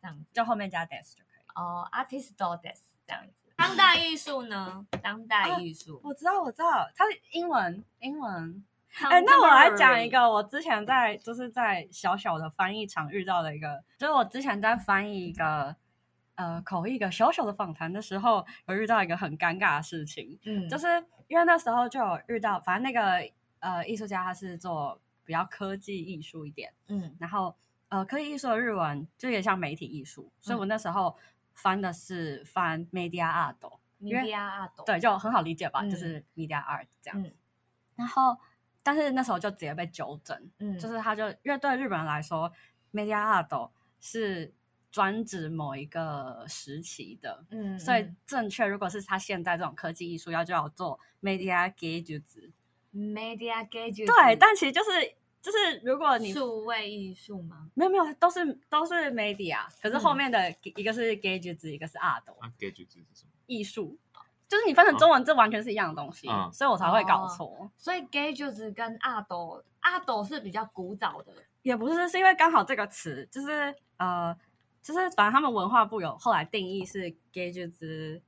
Speaker 1: 这样子
Speaker 3: 就后面加 des 就可以。
Speaker 1: 哦，artist des 这样子。当代艺术呢？当代
Speaker 3: 啊
Speaker 1: 艺术，
Speaker 3: 我知道，我知道，它是英文，英文。
Speaker 1: 哎
Speaker 3: 哎、那我来讲一，个我之前在就是在小小的翻译场遇到的一个，就是我之前在翻译一个呃口译一个小小的访谈的时候，有遇到一个很尴尬的事情，
Speaker 1: 嗯，
Speaker 3: 就是是因为那时候就有遇到，反正那个呃艺术家他是做比较科技艺术一点，
Speaker 1: 嗯
Speaker 3: 然后呃科技艺术的日文就也像媒体艺术，所以
Speaker 1: 嗯
Speaker 3: 我那时候翻的是翻 media art。因为
Speaker 1: ，media art，
Speaker 3: 对，就很好理解吧，
Speaker 1: 嗯
Speaker 3: 就是 media art 这样。
Speaker 1: 嗯
Speaker 3: 然后，但是那时候就直接被纠正，
Speaker 1: 嗯，
Speaker 3: 就是他就因为对日本人来说，media art 是专指某一个时期的，
Speaker 1: 嗯，
Speaker 3: 所以正确如果是他现在这种科技艺术要就要做 media gadgets，
Speaker 1: 嗯 media gadget，
Speaker 3: 对，但其实就是就是如果你
Speaker 1: 数位艺术吗？
Speaker 3: 没有没有都是都是 media，可是后
Speaker 1: 嗯
Speaker 3: 面的一个是 gadgets，一个是 art 哦
Speaker 2: 啊，gadget 是什么？
Speaker 3: 艺术。就是你翻成中文，这完全是一样的东西，
Speaker 2: 嗯
Speaker 3: 所以我才会搞
Speaker 1: 哦
Speaker 3: 错。
Speaker 1: 所以 gadget 跟 art，art 是比较古早的，
Speaker 3: 也不是，是因为刚好这个词就是呃，就是反正他们文化部有后来定义是 gauges，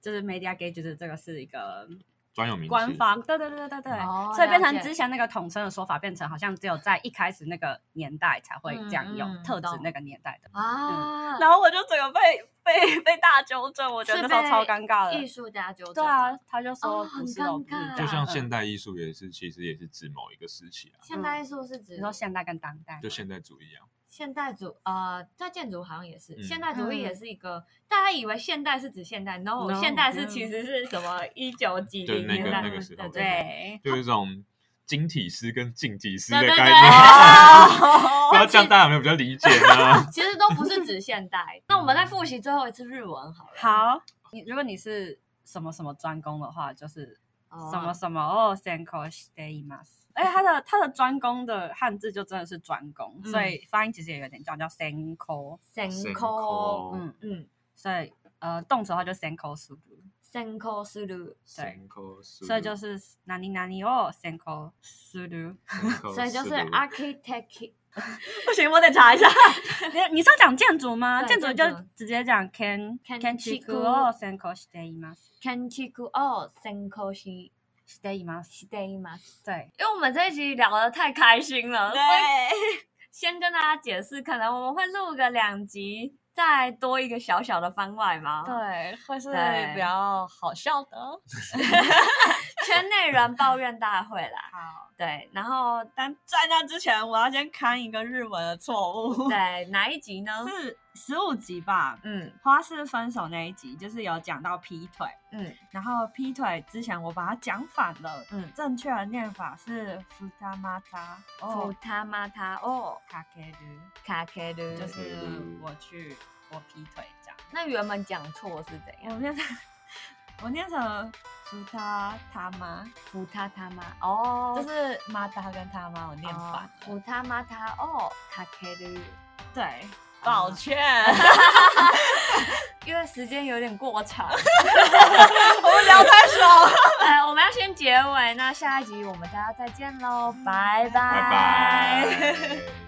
Speaker 3: 就是 media gauges 这个是一个
Speaker 2: 专有名词。
Speaker 3: 官方，对对对对对对，
Speaker 1: 哦
Speaker 3: 所以变成
Speaker 1: 了解
Speaker 3: 之前那个统称的说法，变成好像只有在一开始那个年代才会这样用，
Speaker 1: 嗯嗯
Speaker 3: 特指
Speaker 1: 懂
Speaker 3: 那个年代的。
Speaker 1: 啊，
Speaker 3: 然后我就整个被被被大纠正，我觉得那
Speaker 1: 是
Speaker 3: 时候超
Speaker 1: 被
Speaker 3: 尴尬
Speaker 1: 艺
Speaker 3: 的。
Speaker 1: 术家纠正，
Speaker 3: 对啊，，他就说
Speaker 1: 哦
Speaker 3: 不是
Speaker 1: 很
Speaker 3: 都
Speaker 1: 尴
Speaker 3: 不是
Speaker 1: 尬
Speaker 3: 这
Speaker 2: 就
Speaker 3: 样，
Speaker 2: 像
Speaker 3: 嗯
Speaker 2: 现代艺术也是，其实也是指某一个时期啊，
Speaker 1: 现代艺术是指
Speaker 3: 你说现代跟当代吗，
Speaker 2: 就现代主义啊。
Speaker 1: 现代主呃，在建筑好像也是，
Speaker 2: 嗯
Speaker 1: 现代主义也
Speaker 3: 嗯
Speaker 1: 是一个，大家以为现代是指现代，no，,
Speaker 3: No，
Speaker 1: 现代是
Speaker 3: 嗯
Speaker 1: 其实是什
Speaker 3: *laughs*
Speaker 1: 么一九几
Speaker 2: 对
Speaker 1: 零
Speaker 2: 那个
Speaker 1: 年代
Speaker 2: 那个时候
Speaker 1: 对对
Speaker 3: 对，
Speaker 2: 就有一种晶体师跟镜体师的
Speaker 1: 对对
Speaker 2: 概
Speaker 1: 对
Speaker 2: 念。
Speaker 3: 哦
Speaker 2: *laughs* 然后这样大家有没有比较理解呢？
Speaker 3: *laughs*
Speaker 1: 对，其实都不是指现代。那我们再复习最后一次日文好了，
Speaker 3: 好，你如果你是什么什么专攻的话，就是
Speaker 1: 哦
Speaker 3: 什么什么哦，senko stay mas。而且它哎的它的专攻的汉字就真的是专攻，
Speaker 1: 嗯
Speaker 3: 所以发音其实也有点像叫 senko，
Speaker 1: senko，
Speaker 2: 扣
Speaker 3: 嗯，
Speaker 1: 嗯
Speaker 3: 所以呃动词的话就 senko s u d
Speaker 1: ，senko する，
Speaker 2: 神扣，所
Speaker 3: 所以就是哪里哪里哦 senko s u
Speaker 1: *laughs*
Speaker 3: d
Speaker 1: 所以就是 architect，
Speaker 3: 不行，我得查一下。你你是要讲建筑吗？
Speaker 1: 对
Speaker 3: 建筑就
Speaker 1: 建筑
Speaker 3: 直接讲 can
Speaker 1: Ken-
Speaker 3: can
Speaker 1: chiku
Speaker 3: chiku 哦 senko stay mas
Speaker 1: 建築を専攻し
Speaker 3: stay mas
Speaker 1: しています。
Speaker 3: 对。
Speaker 1: 因为我们这一集聊得太开心了，
Speaker 4: *laughs*
Speaker 1: 所以先跟大家解释，可能我们会录个两集，再多一个小小的番外吗？，
Speaker 3: 对，会是
Speaker 1: 对
Speaker 3: 比较好笑的哦。
Speaker 1: 圈内人抱怨大会啦。 *laughs*
Speaker 3: 好，
Speaker 1: 对，然后
Speaker 4: 但在那之前，我要先看一个日文的错误，
Speaker 1: 对哪一集呢？
Speaker 3: 是十五集吧？
Speaker 1: 嗯
Speaker 3: 花式分手那一集就是有讲到劈腿，
Speaker 1: 嗯
Speaker 3: 然后劈腿之前我把它讲反了，
Speaker 1: 嗯，
Speaker 3: 正确的念法是福他妈他
Speaker 1: 福
Speaker 3: 哦
Speaker 1: 他妈他哦，
Speaker 3: 卡给驴，
Speaker 1: 卡克鲁
Speaker 3: 就。是我去我劈腿这样，
Speaker 1: 那原本讲错是怎样？
Speaker 3: 我念成我念成福他他妈，
Speaker 1: 福他他妈哦，
Speaker 3: 就是妈他跟他妈我念反
Speaker 1: 哦
Speaker 3: 了，
Speaker 1: 福他妈他哦，卡克鲁。
Speaker 3: 对，
Speaker 4: 抱
Speaker 3: *laughs*
Speaker 4: 歉，
Speaker 1: 因为时间有点过长， *laughs*
Speaker 4: 我们聊太爽了。
Speaker 1: 哎，我们要先结尾，那下一集我们大家再见喽，拜拜
Speaker 2: 拜拜。